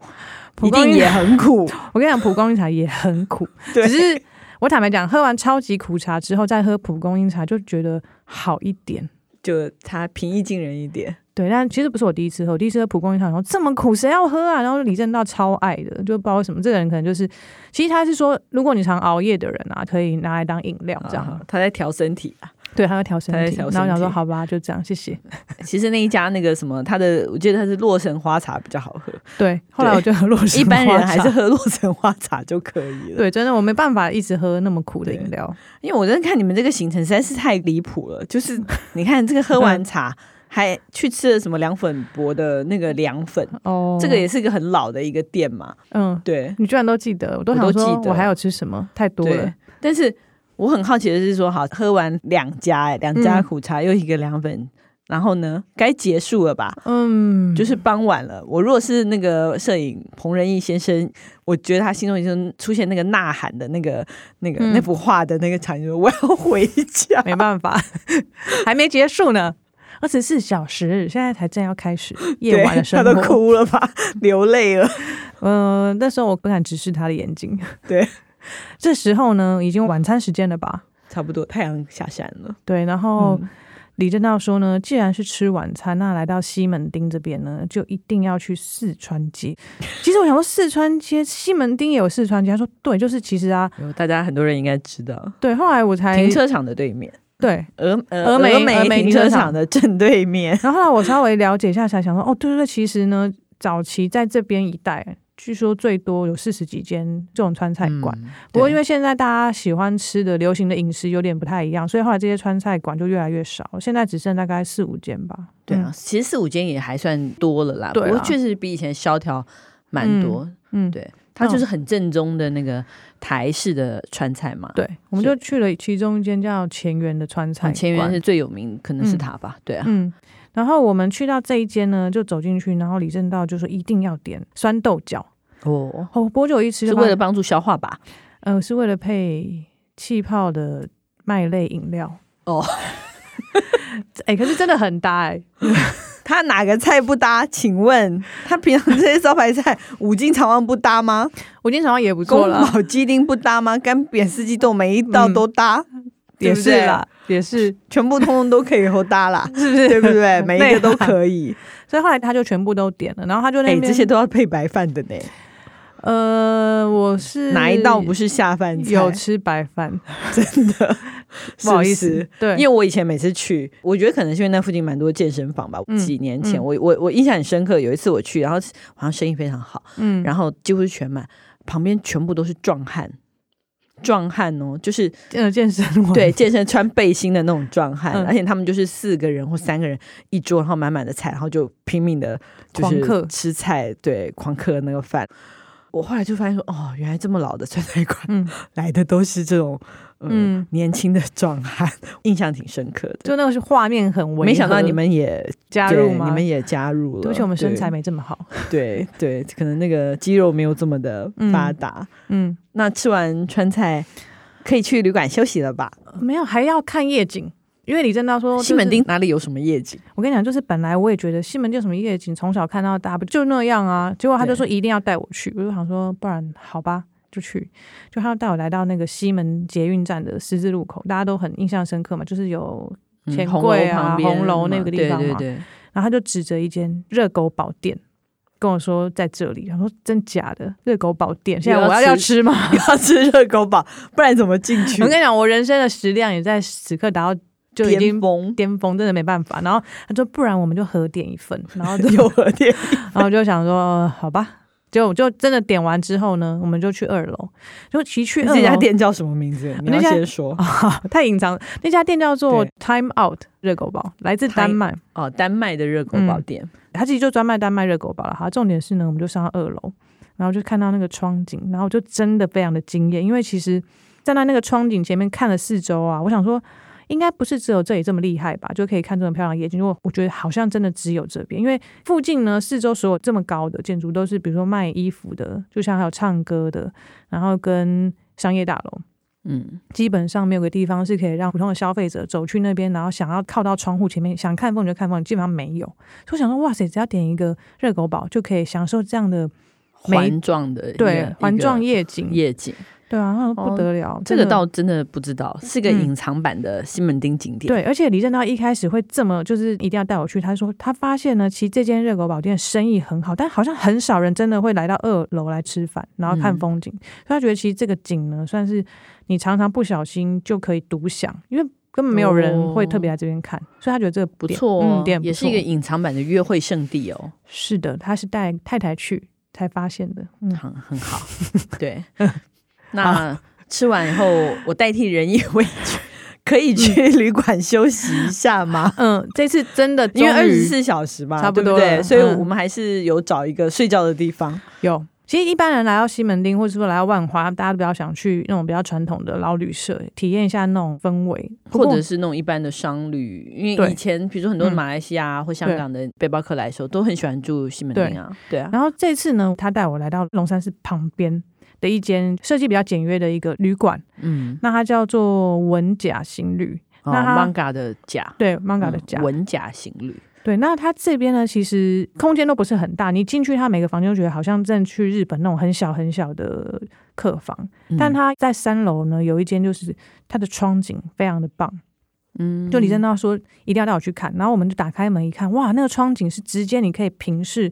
[SPEAKER 2] 蒲
[SPEAKER 1] 一
[SPEAKER 2] 公
[SPEAKER 1] 定
[SPEAKER 2] 英
[SPEAKER 1] 也很苦。
[SPEAKER 2] 我跟你讲，蒲公英茶也很苦，
[SPEAKER 1] 对
[SPEAKER 2] 只是我坦白讲，喝完超级苦茶之后再喝蒲公英茶，就觉得好一点。
[SPEAKER 1] 就它平易近人一点。
[SPEAKER 2] 对，但其实不是我第一次喝，我第一次喝蒲公英茶，然后这么苦，谁要喝啊？然后李正道超爱的，就不知道为什么这个人可能就是，其实他是说，如果你常熬夜的人啊，可以拿来当饮料这样。
[SPEAKER 1] 啊他在调身体啊。
[SPEAKER 2] 对，他会调身
[SPEAKER 1] 他在
[SPEAKER 2] 体，
[SPEAKER 1] 调身
[SPEAKER 2] 然后想说
[SPEAKER 1] 体
[SPEAKER 2] 好吧，就这样，谢谢。
[SPEAKER 1] 其实那一家那个什么，他的我记得他是洛神花茶比较好喝，
[SPEAKER 2] 对，后来 我就喝洛神
[SPEAKER 1] 一般人
[SPEAKER 2] 花
[SPEAKER 1] 还
[SPEAKER 2] 茶
[SPEAKER 1] 是喝洛神花茶就可以了。
[SPEAKER 2] 对，真的我没办法一直喝那么苦的
[SPEAKER 1] 对
[SPEAKER 2] 饮料。
[SPEAKER 1] 因为我真的看你们这个行程实在是太离谱了，就是 你看这个喝完茶还去吃了什么凉粉博的那个凉粉，
[SPEAKER 2] 哦，
[SPEAKER 1] 这个也是个很老的一个店嘛，
[SPEAKER 2] 嗯，
[SPEAKER 1] 对
[SPEAKER 2] 你居然都记得，我都
[SPEAKER 1] 我
[SPEAKER 2] 想
[SPEAKER 1] 都记
[SPEAKER 2] 说
[SPEAKER 1] 得
[SPEAKER 2] 我还有吃什么，太多
[SPEAKER 1] 对
[SPEAKER 2] 了。
[SPEAKER 1] 但是。我很好奇的是说，好喝完两家、哎，两家
[SPEAKER 2] 嗯
[SPEAKER 1] 苦茶又一个凉粉，然后呢，该结束了吧？
[SPEAKER 2] 嗯，
[SPEAKER 1] 就是傍晚了。我如果是那个摄影彭仁义先生，我觉得他心中已经出现那个呐喊的那个、那个、
[SPEAKER 2] 嗯
[SPEAKER 1] 那幅画的那个场景，就是我要回家。
[SPEAKER 2] 没 办法，还没结束呢。二十四小时，现在才正要 开始夜晚的
[SPEAKER 1] 对，
[SPEAKER 2] 生
[SPEAKER 1] 他都
[SPEAKER 2] 活。
[SPEAKER 1] 哭了吧，流泪了。
[SPEAKER 2] 呃，那时候我不敢直视他的眼睛。
[SPEAKER 1] 对，
[SPEAKER 2] 这时候呢，已经晚餐时间了吧？
[SPEAKER 1] 差不多太阳下山了。
[SPEAKER 2] 对，然后
[SPEAKER 1] 嗯
[SPEAKER 2] 李正道说呢，既然是吃晚餐，那来到西门町这边呢，就一定要去四川街。其实我想说，四川街、西门町也有四川街。他说，对，就是其实啊，
[SPEAKER 1] 有大家很多人应该知道，
[SPEAKER 2] 对。后来我才
[SPEAKER 1] 停车场的对面，
[SPEAKER 2] 对，
[SPEAKER 1] 峨
[SPEAKER 2] 峨眉峨眉
[SPEAKER 1] 眉停
[SPEAKER 2] 停车
[SPEAKER 1] 车
[SPEAKER 2] 场
[SPEAKER 1] 场的嗯正对面。
[SPEAKER 2] 然后后来我稍微了解一下，才想说，哦，对对对，其实呢，早期在这边一带，据说最多有四十几间这种川菜馆。
[SPEAKER 1] 嗯
[SPEAKER 2] 不过
[SPEAKER 1] 对
[SPEAKER 2] 因为现在大家喜欢吃的流行的饮食有点不太一样，所以后来这些川菜馆就越来越少，现在只剩大概四五间吧。
[SPEAKER 1] 对啊，其实四五间也还算多了啦，
[SPEAKER 2] 对啊
[SPEAKER 1] 不过确实比以前萧条蛮多。
[SPEAKER 2] 嗯，嗯，
[SPEAKER 1] 对它就是很正宗的那个台式的川菜嘛。，
[SPEAKER 2] 对，我们就去了其中一间叫前园的川菜馆。
[SPEAKER 1] 哦前园是最有名，可能是它吧。对啊，
[SPEAKER 2] 嗯，然后我们去到这一间呢，就走进去，然后李正道就说一定要点酸豆角。
[SPEAKER 1] 哦，
[SPEAKER 2] 哦，波酒一吃
[SPEAKER 1] 是
[SPEAKER 2] 就
[SPEAKER 1] 为
[SPEAKER 2] 发
[SPEAKER 1] 了帮助消化吧？
[SPEAKER 2] 呃，是为了配气泡的麦类饮料。
[SPEAKER 1] 哦，
[SPEAKER 2] 哎、可是真的很搭哎、
[SPEAKER 1] 它哪个菜不搭？请 问它平常这些招牌菜，五斤肠旺不搭吗？
[SPEAKER 2] 我今天早上也不错
[SPEAKER 1] 宫
[SPEAKER 2] 了，
[SPEAKER 1] 保鸡丁不搭吗？干煸四季豆每一道都搭，对
[SPEAKER 2] 也
[SPEAKER 1] 不对
[SPEAKER 2] 是啦，也是，，
[SPEAKER 1] 全部通通都可以和搭啦
[SPEAKER 2] 是不是？
[SPEAKER 1] 对不对？每一个都
[SPEAKER 2] 以。
[SPEAKER 1] 可 以。
[SPEAKER 2] 所以后来他就全部都点了，然后他就那
[SPEAKER 1] 哎、
[SPEAKER 2] 边、
[SPEAKER 1] 这些都要配白饭的呢，
[SPEAKER 2] 呃，我是
[SPEAKER 1] 哪一道不是下饭菜？
[SPEAKER 2] 有吃白饭？
[SPEAKER 1] 真的，
[SPEAKER 2] 不好
[SPEAKER 1] 是
[SPEAKER 2] 意
[SPEAKER 1] 不
[SPEAKER 2] 思
[SPEAKER 1] 是，
[SPEAKER 2] 对，
[SPEAKER 1] 因为我以前每次去，我觉得可能是因为那附近蛮多健身房吧。
[SPEAKER 2] 嗯
[SPEAKER 1] 几年前，
[SPEAKER 2] 嗯
[SPEAKER 1] 我我我印象很深刻，有一次我去，然后好像生意非常好，
[SPEAKER 2] 嗯，
[SPEAKER 1] 然后几乎是全满，旁边全部都是壮汉，壮汉哦，就是
[SPEAKER 2] 呃健身完
[SPEAKER 1] 对，健身穿背心的那种壮汉，
[SPEAKER 2] 嗯
[SPEAKER 1] 而且他们就是四个人或三个人一桌，然后满满的菜，然后就拼命的就是
[SPEAKER 2] 狂嗑
[SPEAKER 1] 吃菜，对，狂嗑那个饭。我后来就发现说，哦，原来这么老的川菜馆
[SPEAKER 2] 嗯，
[SPEAKER 1] 来的都是这种、呃、
[SPEAKER 2] 嗯
[SPEAKER 1] 年轻的壮汉，印象挺深刻的。
[SPEAKER 2] 就那个是画面很违和，
[SPEAKER 1] 没想到你们也
[SPEAKER 2] 加入
[SPEAKER 1] 对
[SPEAKER 2] 吗？
[SPEAKER 1] 你们也加入了。
[SPEAKER 2] 对不起，我们身
[SPEAKER 1] 对
[SPEAKER 2] 材没这么好。
[SPEAKER 1] 对对，可能那个肌肉没有这么的发达。
[SPEAKER 2] 嗯，
[SPEAKER 1] 那吃完川菜，可以去旅馆休息了吧？
[SPEAKER 2] 没有，还要看夜景。因为李正道说、
[SPEAKER 1] 西门町，哪里有什么夜景？
[SPEAKER 2] 我跟你讲，就是本来我也觉得西门町有什么夜景，从小看到大不就那样啊。结果他就说一定要带我去，我就想说，不然好吧，就去。就他要带我来到那个西门捷运站的十字路口，大家都很印象深刻嘛，就是有，
[SPEAKER 1] 嗯
[SPEAKER 2] 钱
[SPEAKER 1] 红
[SPEAKER 2] 柜
[SPEAKER 1] 楼
[SPEAKER 2] 啊
[SPEAKER 1] 旁边
[SPEAKER 2] 红楼
[SPEAKER 1] 嘛
[SPEAKER 2] 那个地方
[SPEAKER 1] 对
[SPEAKER 2] 嘛
[SPEAKER 1] 对 对，
[SPEAKER 2] 然后他就指着一间热狗堡店。跟我说在这里，他说真假的热狗堡店，现在我要
[SPEAKER 1] 又要
[SPEAKER 2] 要
[SPEAKER 1] 吃
[SPEAKER 2] 吃吗？
[SPEAKER 1] 要吃热狗堡，不然怎么进去
[SPEAKER 2] 我？跟你讲，我人生的食量也在此刻达到就已经
[SPEAKER 1] 巅峰
[SPEAKER 2] 巅峰，真的没办法。然后他说，不然我们就合点一份，然后就
[SPEAKER 1] 有何店？
[SPEAKER 2] 然后我就想说，哦好吧，结果我就真的点完之后呢，我们就去二楼，就其实去二
[SPEAKER 1] 这家
[SPEAKER 2] 楼，
[SPEAKER 1] 店叫什么名字？你要
[SPEAKER 2] 那家
[SPEAKER 1] 先说
[SPEAKER 2] 太隐藏了，那家店叫做
[SPEAKER 1] 对
[SPEAKER 2] Time Out 热狗堡，来自
[SPEAKER 1] Time-
[SPEAKER 2] 丹麦，
[SPEAKER 1] 哦，丹麦的热狗堡店。
[SPEAKER 2] 它其实就专卖丹麦热狗堡了。好，重点是呢，我们就上到二楼，然后就看到那个窗景，然后我就真的非常的惊艳，因为其实站在那个窗景前面看了四周啊，我想说。应该不是只有这里这么厉害吧，就可以看这么漂亮的夜景。如果我觉得好像真的只有这边，因为附近呢，四周所有这么高的建筑都是，比如说卖衣服的，就像还有唱歌的，然后跟商业大楼，
[SPEAKER 1] 嗯，
[SPEAKER 2] 基本上没有个地方是可以让普通的消费者走去那边，然后想要靠到窗户前面，想看风景就看风景，基本上没有。所以我想说，哇塞，只要点一个热狗堡就可以享受这样的每
[SPEAKER 1] 环状的一个一
[SPEAKER 2] 对
[SPEAKER 1] 个
[SPEAKER 2] 环状夜景，
[SPEAKER 1] 夜景，
[SPEAKER 2] 对啊，那不得了，
[SPEAKER 1] 这
[SPEAKER 2] 真
[SPEAKER 1] 个
[SPEAKER 2] 的
[SPEAKER 1] 倒真的不知道，是个
[SPEAKER 2] 嗯
[SPEAKER 1] 隐藏版的西门町景点。
[SPEAKER 2] 对。而且李正道一开始会这么就是一定要带我去，他说他发现呢，其实这间热狗堡店生意很好，但好像很少人真的会来到二楼来吃饭，然后看
[SPEAKER 1] 嗯
[SPEAKER 2] 风景。所以他觉得其实这个景呢，算是你常常不小心就可以独享，因为。根本没有人会特别来这边看，所以他觉得这个
[SPEAKER 1] 哦不
[SPEAKER 2] 点
[SPEAKER 1] 错哦、
[SPEAKER 2] 嗯，点不
[SPEAKER 1] 也是一
[SPEAKER 2] 错
[SPEAKER 1] 个隐藏版的约会圣地哦，
[SPEAKER 2] 是的，他是带太太去才发现的。嗯，
[SPEAKER 1] 很很 好。对，那吃完以后，我代替人意位去，可以去旅馆休息一下吗？
[SPEAKER 2] 嗯，这次真的
[SPEAKER 1] 因为
[SPEAKER 2] 终
[SPEAKER 1] 二
[SPEAKER 2] 于
[SPEAKER 1] 十四小时嘛，
[SPEAKER 2] 差不
[SPEAKER 1] 对不
[SPEAKER 2] 多了
[SPEAKER 1] 对？所以
[SPEAKER 2] 嗯
[SPEAKER 1] 我们还是有找一个睡觉的地方。
[SPEAKER 2] 有。其实一般人来到西门町，或者说来到万华，大家都比较想去那种比较传统的老旅社，体验一下那种氛围，
[SPEAKER 1] 或
[SPEAKER 2] 不过
[SPEAKER 1] 者是那种一般的商旅，因为
[SPEAKER 2] 对
[SPEAKER 1] 以前比如说很多
[SPEAKER 2] 嗯
[SPEAKER 1] 马来西亚或香港的背包客来的时候，都很喜欢住西门町啊，对啊，
[SPEAKER 2] 然后这次呢，他带我来到龙山寺旁边的一间设计比较简约的一个旅馆，
[SPEAKER 1] 嗯，
[SPEAKER 2] 那它叫做文甲行旅，
[SPEAKER 1] 哦
[SPEAKER 2] 那它
[SPEAKER 1] ，manga 的甲
[SPEAKER 2] 对，manga 的甲。
[SPEAKER 1] 嗯文甲行旅，
[SPEAKER 2] 对，那它这边呢，其实空间都不是很大，你进去它每个房间都觉得好像正去日本那种很小很小的客房，
[SPEAKER 1] 嗯
[SPEAKER 2] 但它在三楼呢有一间，就是它的窗景非常的棒。
[SPEAKER 1] 嗯
[SPEAKER 2] 就李正道说一定要带我去看，然后我们就打开门一看，哇，那个窗景是直接你可以平视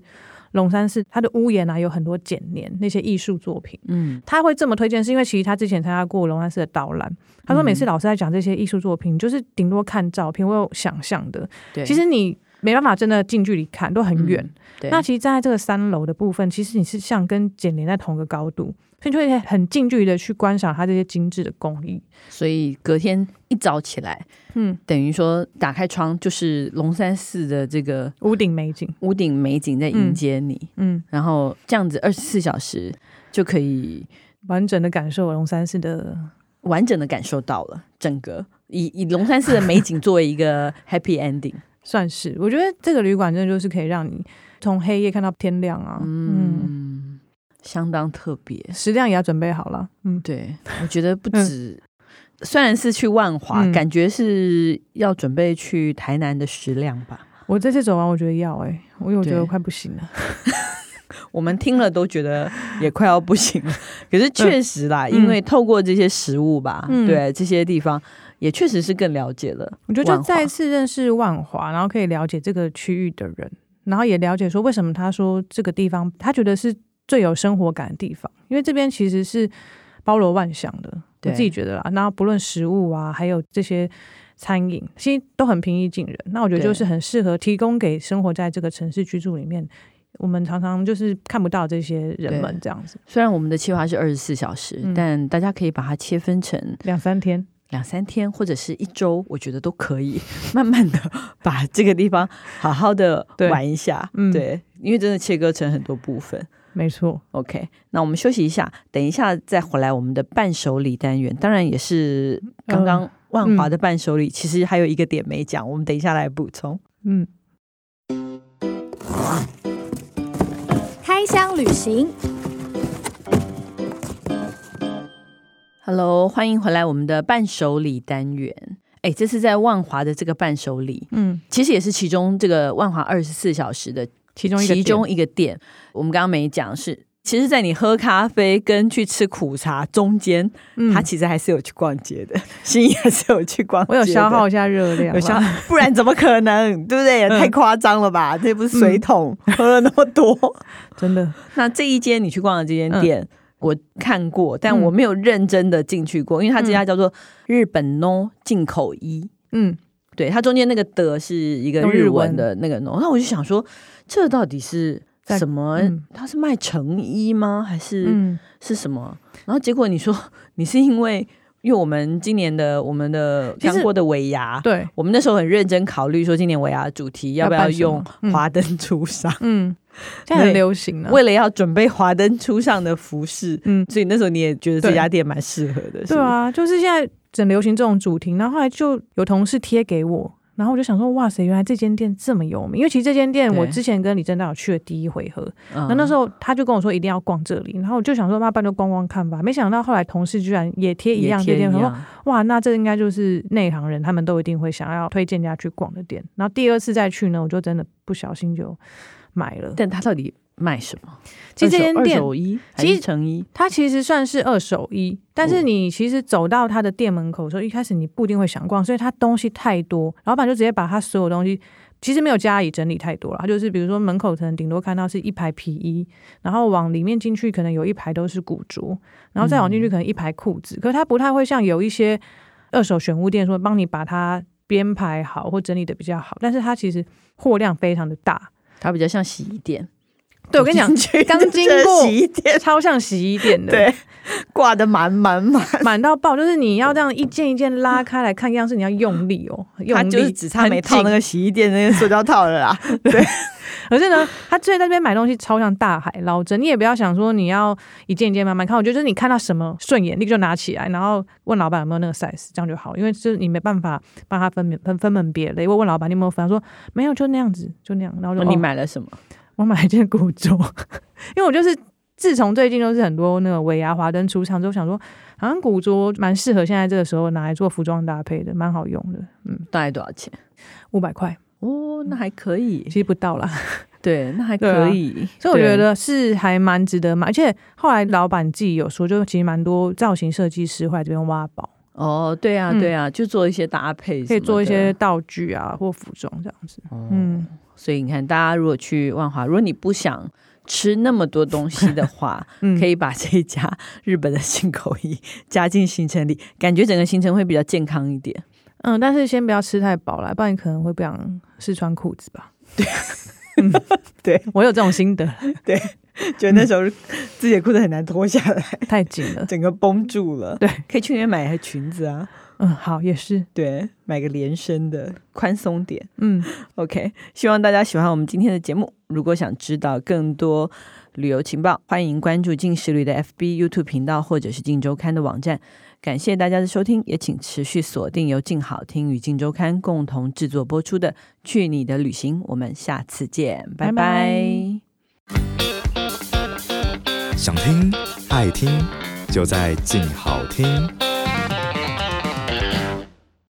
[SPEAKER 2] 龙山寺，它的屋檐啊有很多剪黏那些艺术作品。
[SPEAKER 1] 嗯
[SPEAKER 2] 他会这么推荐，是因为其实他之前参加过龙安寺的导览。他说每
[SPEAKER 1] 嗯
[SPEAKER 2] 次老师在讲这些艺术作品，你就是顶多看照片，会有想象的。
[SPEAKER 1] 对，嗯
[SPEAKER 2] 其实你没办法真的近距离看，都很远。
[SPEAKER 1] 对
[SPEAKER 2] 那其实站在这个三楼的部分，其实你是像跟简连在同个高度，所以你就会很近距离的去观赏它这些精致的工艺。
[SPEAKER 1] 所以隔天一早起来，
[SPEAKER 2] 嗯，
[SPEAKER 1] 等于说打开窗就是龙山寺的这个
[SPEAKER 2] 屋顶美景，
[SPEAKER 1] 屋顶美景在迎接你，
[SPEAKER 2] 嗯，
[SPEAKER 1] 然后这样子二十四小时就可以
[SPEAKER 2] 完整的感受龙山寺的。
[SPEAKER 1] 完整的感受到了整个以以龙山寺的美景作为一 个 happy ending。
[SPEAKER 2] 算是，我觉得这个旅馆真的就是可以让你从黑夜看到天亮啊，嗯，
[SPEAKER 1] 嗯，相当特别。
[SPEAKER 2] 食量也要准备好了，嗯，
[SPEAKER 1] 对，我觉得不止，虽然是去万华，
[SPEAKER 2] 嗯
[SPEAKER 1] 感觉是要准备去台南的食量吧。
[SPEAKER 2] 我这次走完，我觉得要哎、我因为我觉得
[SPEAKER 1] 对
[SPEAKER 2] 我快不行了。
[SPEAKER 1] 我们听了都觉得也快要不行 了，可是确实啦，
[SPEAKER 2] 嗯
[SPEAKER 1] 因为透过这些食物吧，
[SPEAKER 2] 嗯
[SPEAKER 1] 对这些地方也确实是更了解了。
[SPEAKER 2] 我觉得
[SPEAKER 1] 万
[SPEAKER 2] 就
[SPEAKER 1] 华
[SPEAKER 2] 再次认识万华，然后可以了解这个区域的人，然后也了解说为什么他说这个地方他觉得是最有生活感的地方，因为这边其实是包罗万象的，我
[SPEAKER 1] 对
[SPEAKER 2] 自己觉得啦。然后不论食物啊，还有这些餐饮，其实都很平易近人。那我觉得
[SPEAKER 1] 对
[SPEAKER 2] 就是很适合提供给生活在这个城市居住里面。我们常常就是看不到这些人们
[SPEAKER 1] 对
[SPEAKER 2] 这样子，
[SPEAKER 1] 虽然我们的计划是二十四小时，
[SPEAKER 2] 嗯
[SPEAKER 1] 但大家可以把它切分成
[SPEAKER 2] 两三天，
[SPEAKER 1] 两三天或者是一周，我觉得都可以， 慢慢的把这个地方好好的
[SPEAKER 2] 对
[SPEAKER 1] 玩一下。
[SPEAKER 2] 嗯
[SPEAKER 1] 对，因为真的切割成很多部分。
[SPEAKER 2] 没错，
[SPEAKER 1] OK，那我们休息一下，等一下再回来我们的伴手礼单元，当然也是刚刚万华的伴手礼，其实还有一个点没讲，我们等一下来补充。
[SPEAKER 2] 嗯。
[SPEAKER 3] 开箱旅行，
[SPEAKER 1] Hello，欢迎回来我们的伴手礼单元。哎，这次在万华的这个伴手礼，
[SPEAKER 2] 嗯，
[SPEAKER 1] 其实也是其中这个万华二十四小时的
[SPEAKER 2] 其中一个
[SPEAKER 1] 其
[SPEAKER 2] 点
[SPEAKER 1] 中一个店，我们刚刚没讲是，其实，在你喝咖啡跟去吃苦茶中间，
[SPEAKER 2] 嗯
[SPEAKER 1] 他其实还是有去逛街的， 心仪还是有去逛街
[SPEAKER 2] 我
[SPEAKER 1] 的
[SPEAKER 2] 有消耗。一下热量啦，
[SPEAKER 1] 有消， 不然怎么可能？对不对？也
[SPEAKER 2] 嗯
[SPEAKER 1] 太夸张了吧！这不是水桶、喝了那么多。嗯
[SPEAKER 2] 真的，
[SPEAKER 1] 嗯 那这一间你去逛的这间店，我看过，但
[SPEAKER 2] 嗯
[SPEAKER 1] 我没有认真的进去过，因为它这家叫做日本 no 进口一。
[SPEAKER 2] 嗯，
[SPEAKER 1] 对，它中间那个的是一个
[SPEAKER 2] 用
[SPEAKER 1] 日
[SPEAKER 2] 日
[SPEAKER 1] 文
[SPEAKER 2] 文
[SPEAKER 1] 的那个农，那我就想说，这到底是
[SPEAKER 2] 在
[SPEAKER 1] 什么？
[SPEAKER 2] 嗯
[SPEAKER 1] 它是卖成衣吗？还是、
[SPEAKER 2] 嗯，
[SPEAKER 1] 是什么？然后结果你说 你是因为，因为我们今年的我们的
[SPEAKER 2] 其实
[SPEAKER 1] 刚过的尾牙，
[SPEAKER 2] 对，
[SPEAKER 1] 我们那时候很认真考虑说，今年尾牙的主题要不要
[SPEAKER 2] 办什么
[SPEAKER 1] 用
[SPEAKER 2] 嗯
[SPEAKER 1] 华灯初上？
[SPEAKER 2] 嗯，现在
[SPEAKER 1] 对
[SPEAKER 2] 很流行啊。
[SPEAKER 1] 为了要准备华灯初上的服饰，
[SPEAKER 2] 嗯，
[SPEAKER 1] 所以那时候你也觉得这
[SPEAKER 2] 对
[SPEAKER 1] 家店蛮适合的，是
[SPEAKER 2] 对
[SPEAKER 1] 不是，
[SPEAKER 2] 啊，就是现在整流行这种主题，然后后来就有同事贴给我，然后我就想说，哇塞，原来这间店这么有名，因为其实这间店
[SPEAKER 1] 对
[SPEAKER 2] 我之前跟李正道有去的第一回合，
[SPEAKER 1] 嗯
[SPEAKER 2] 那那时候他就跟我说一定要逛这里，然后我就想说，那不然就逛逛看吧，没想到后来同事居然也贴一
[SPEAKER 1] 也
[SPEAKER 2] 样
[SPEAKER 1] 贴
[SPEAKER 2] 这
[SPEAKER 1] 一
[SPEAKER 2] 店，我说
[SPEAKER 1] 样，
[SPEAKER 2] 哇，那这应该就是内行人他们都一定会想要推荐人家去逛的店，然后第二次再去呢，我就真的不小心就买了。
[SPEAKER 1] 但它到底卖什么？
[SPEAKER 2] 其实这间
[SPEAKER 1] 二手
[SPEAKER 2] 店
[SPEAKER 1] 二手衣还
[SPEAKER 2] 其
[SPEAKER 1] 是
[SPEAKER 2] 实
[SPEAKER 1] 成衣，
[SPEAKER 2] 它其实算是二手衣，但
[SPEAKER 1] 嗯
[SPEAKER 2] 是你其实走到它的店门口的时候，一开始你不一定会想逛，所以它东西太多，老板就直接把它所有东西。其实没有加以整理太多了，它就是比如说门口可能顶多看到是一排皮衣，然后往里面进去可能有一排都是古着，然后再往进
[SPEAKER 1] 嗯
[SPEAKER 2] 去可能一排裤子，可是它不太会像有一些二手选物店说帮你把它编排好或整理的比较好，但是它其实货量非常的大，
[SPEAKER 1] 它比较像洗衣店。
[SPEAKER 2] 对我跟 你讲
[SPEAKER 1] 走，进去
[SPEAKER 2] 刚经
[SPEAKER 1] 这
[SPEAKER 2] 过
[SPEAKER 1] 洗衣店，
[SPEAKER 2] 超像洗衣店 的，
[SPEAKER 1] 对，挂的满满满，
[SPEAKER 2] 满到爆，就是你要这样一件一件拉开来看，样式你要用力哦，用
[SPEAKER 1] 他
[SPEAKER 2] 力，
[SPEAKER 1] 就是只差没套那
[SPEAKER 2] 很紧。
[SPEAKER 1] 个洗衣店那个塑胶套了 啦。
[SPEAKER 2] 可是呢，他最近在那边买东西超像大海捞针，你也不要想说你要一件一件慢慢看，我觉得就是你看到什么顺眼，立刻就拿起来，然后问老板有没有那个 size，这样就好了，因为就是你没办法帮他分门分分门别类。我问老板你有没有分，他说没有，就那样子，就那样，然后就、
[SPEAKER 1] 你
[SPEAKER 2] 哦
[SPEAKER 1] 买了什么？
[SPEAKER 2] 我买一件古着，因为我就是自从最近都是很多那个尾牙华灯出场之后，想说好像古着蛮适合现在这个时候拿来做服装搭配的，蛮好用的。嗯，
[SPEAKER 1] 大概多少钱？
[SPEAKER 2] 五百块
[SPEAKER 1] 哦，那还可以
[SPEAKER 2] 其，实不到啦，
[SPEAKER 1] 对，那还
[SPEAKER 2] 对啊
[SPEAKER 1] 可以。
[SPEAKER 2] 所以我觉
[SPEAKER 1] 对
[SPEAKER 2] 得是还蛮值得买。而且后来老板自己有说，就其实蛮多造型设计师会来这边挖宝，
[SPEAKER 1] 哦，对啊，
[SPEAKER 2] 嗯
[SPEAKER 1] 对啊，就做一些搭配，
[SPEAKER 2] 可以做一些。道具啊或服装这样子。嗯，
[SPEAKER 1] 所以你看，大家如果去万华，如果你不想吃那么多东西的 话，
[SPEAKER 2] 嗯
[SPEAKER 1] 可以把这一家 日本的进口衣加进行程里，感觉整个行程会比较健康一点。
[SPEAKER 2] 嗯，但是先不要吃太饱啦，不然你可能会不想试穿裤子吧。对，
[SPEAKER 1] 对
[SPEAKER 2] 嗯， 我有这种心得，
[SPEAKER 1] 觉得那时候自己的裤子很难脱下来，
[SPEAKER 2] 太紧 了。
[SPEAKER 1] 整个绷住了。
[SPEAKER 2] 对，
[SPEAKER 1] 可以去那边买个裙子啊，
[SPEAKER 2] 嗯，好，也是，
[SPEAKER 1] 对，买个连身的，宽松点。
[SPEAKER 2] 嗯，
[SPEAKER 1] OK，希望大家喜欢我们今天的节目。如果想知道更多旅游情报，欢迎关注进食旅的 FB、YouTube 频道或者是静周刊的网站。感谢大家的收听，也请持续锁定由静好听与静周刊共同制作播出的《去你的旅行》，我们下次见，拜
[SPEAKER 2] 拜
[SPEAKER 1] 拜
[SPEAKER 2] 拜
[SPEAKER 4] 想听爱听，就在静好听。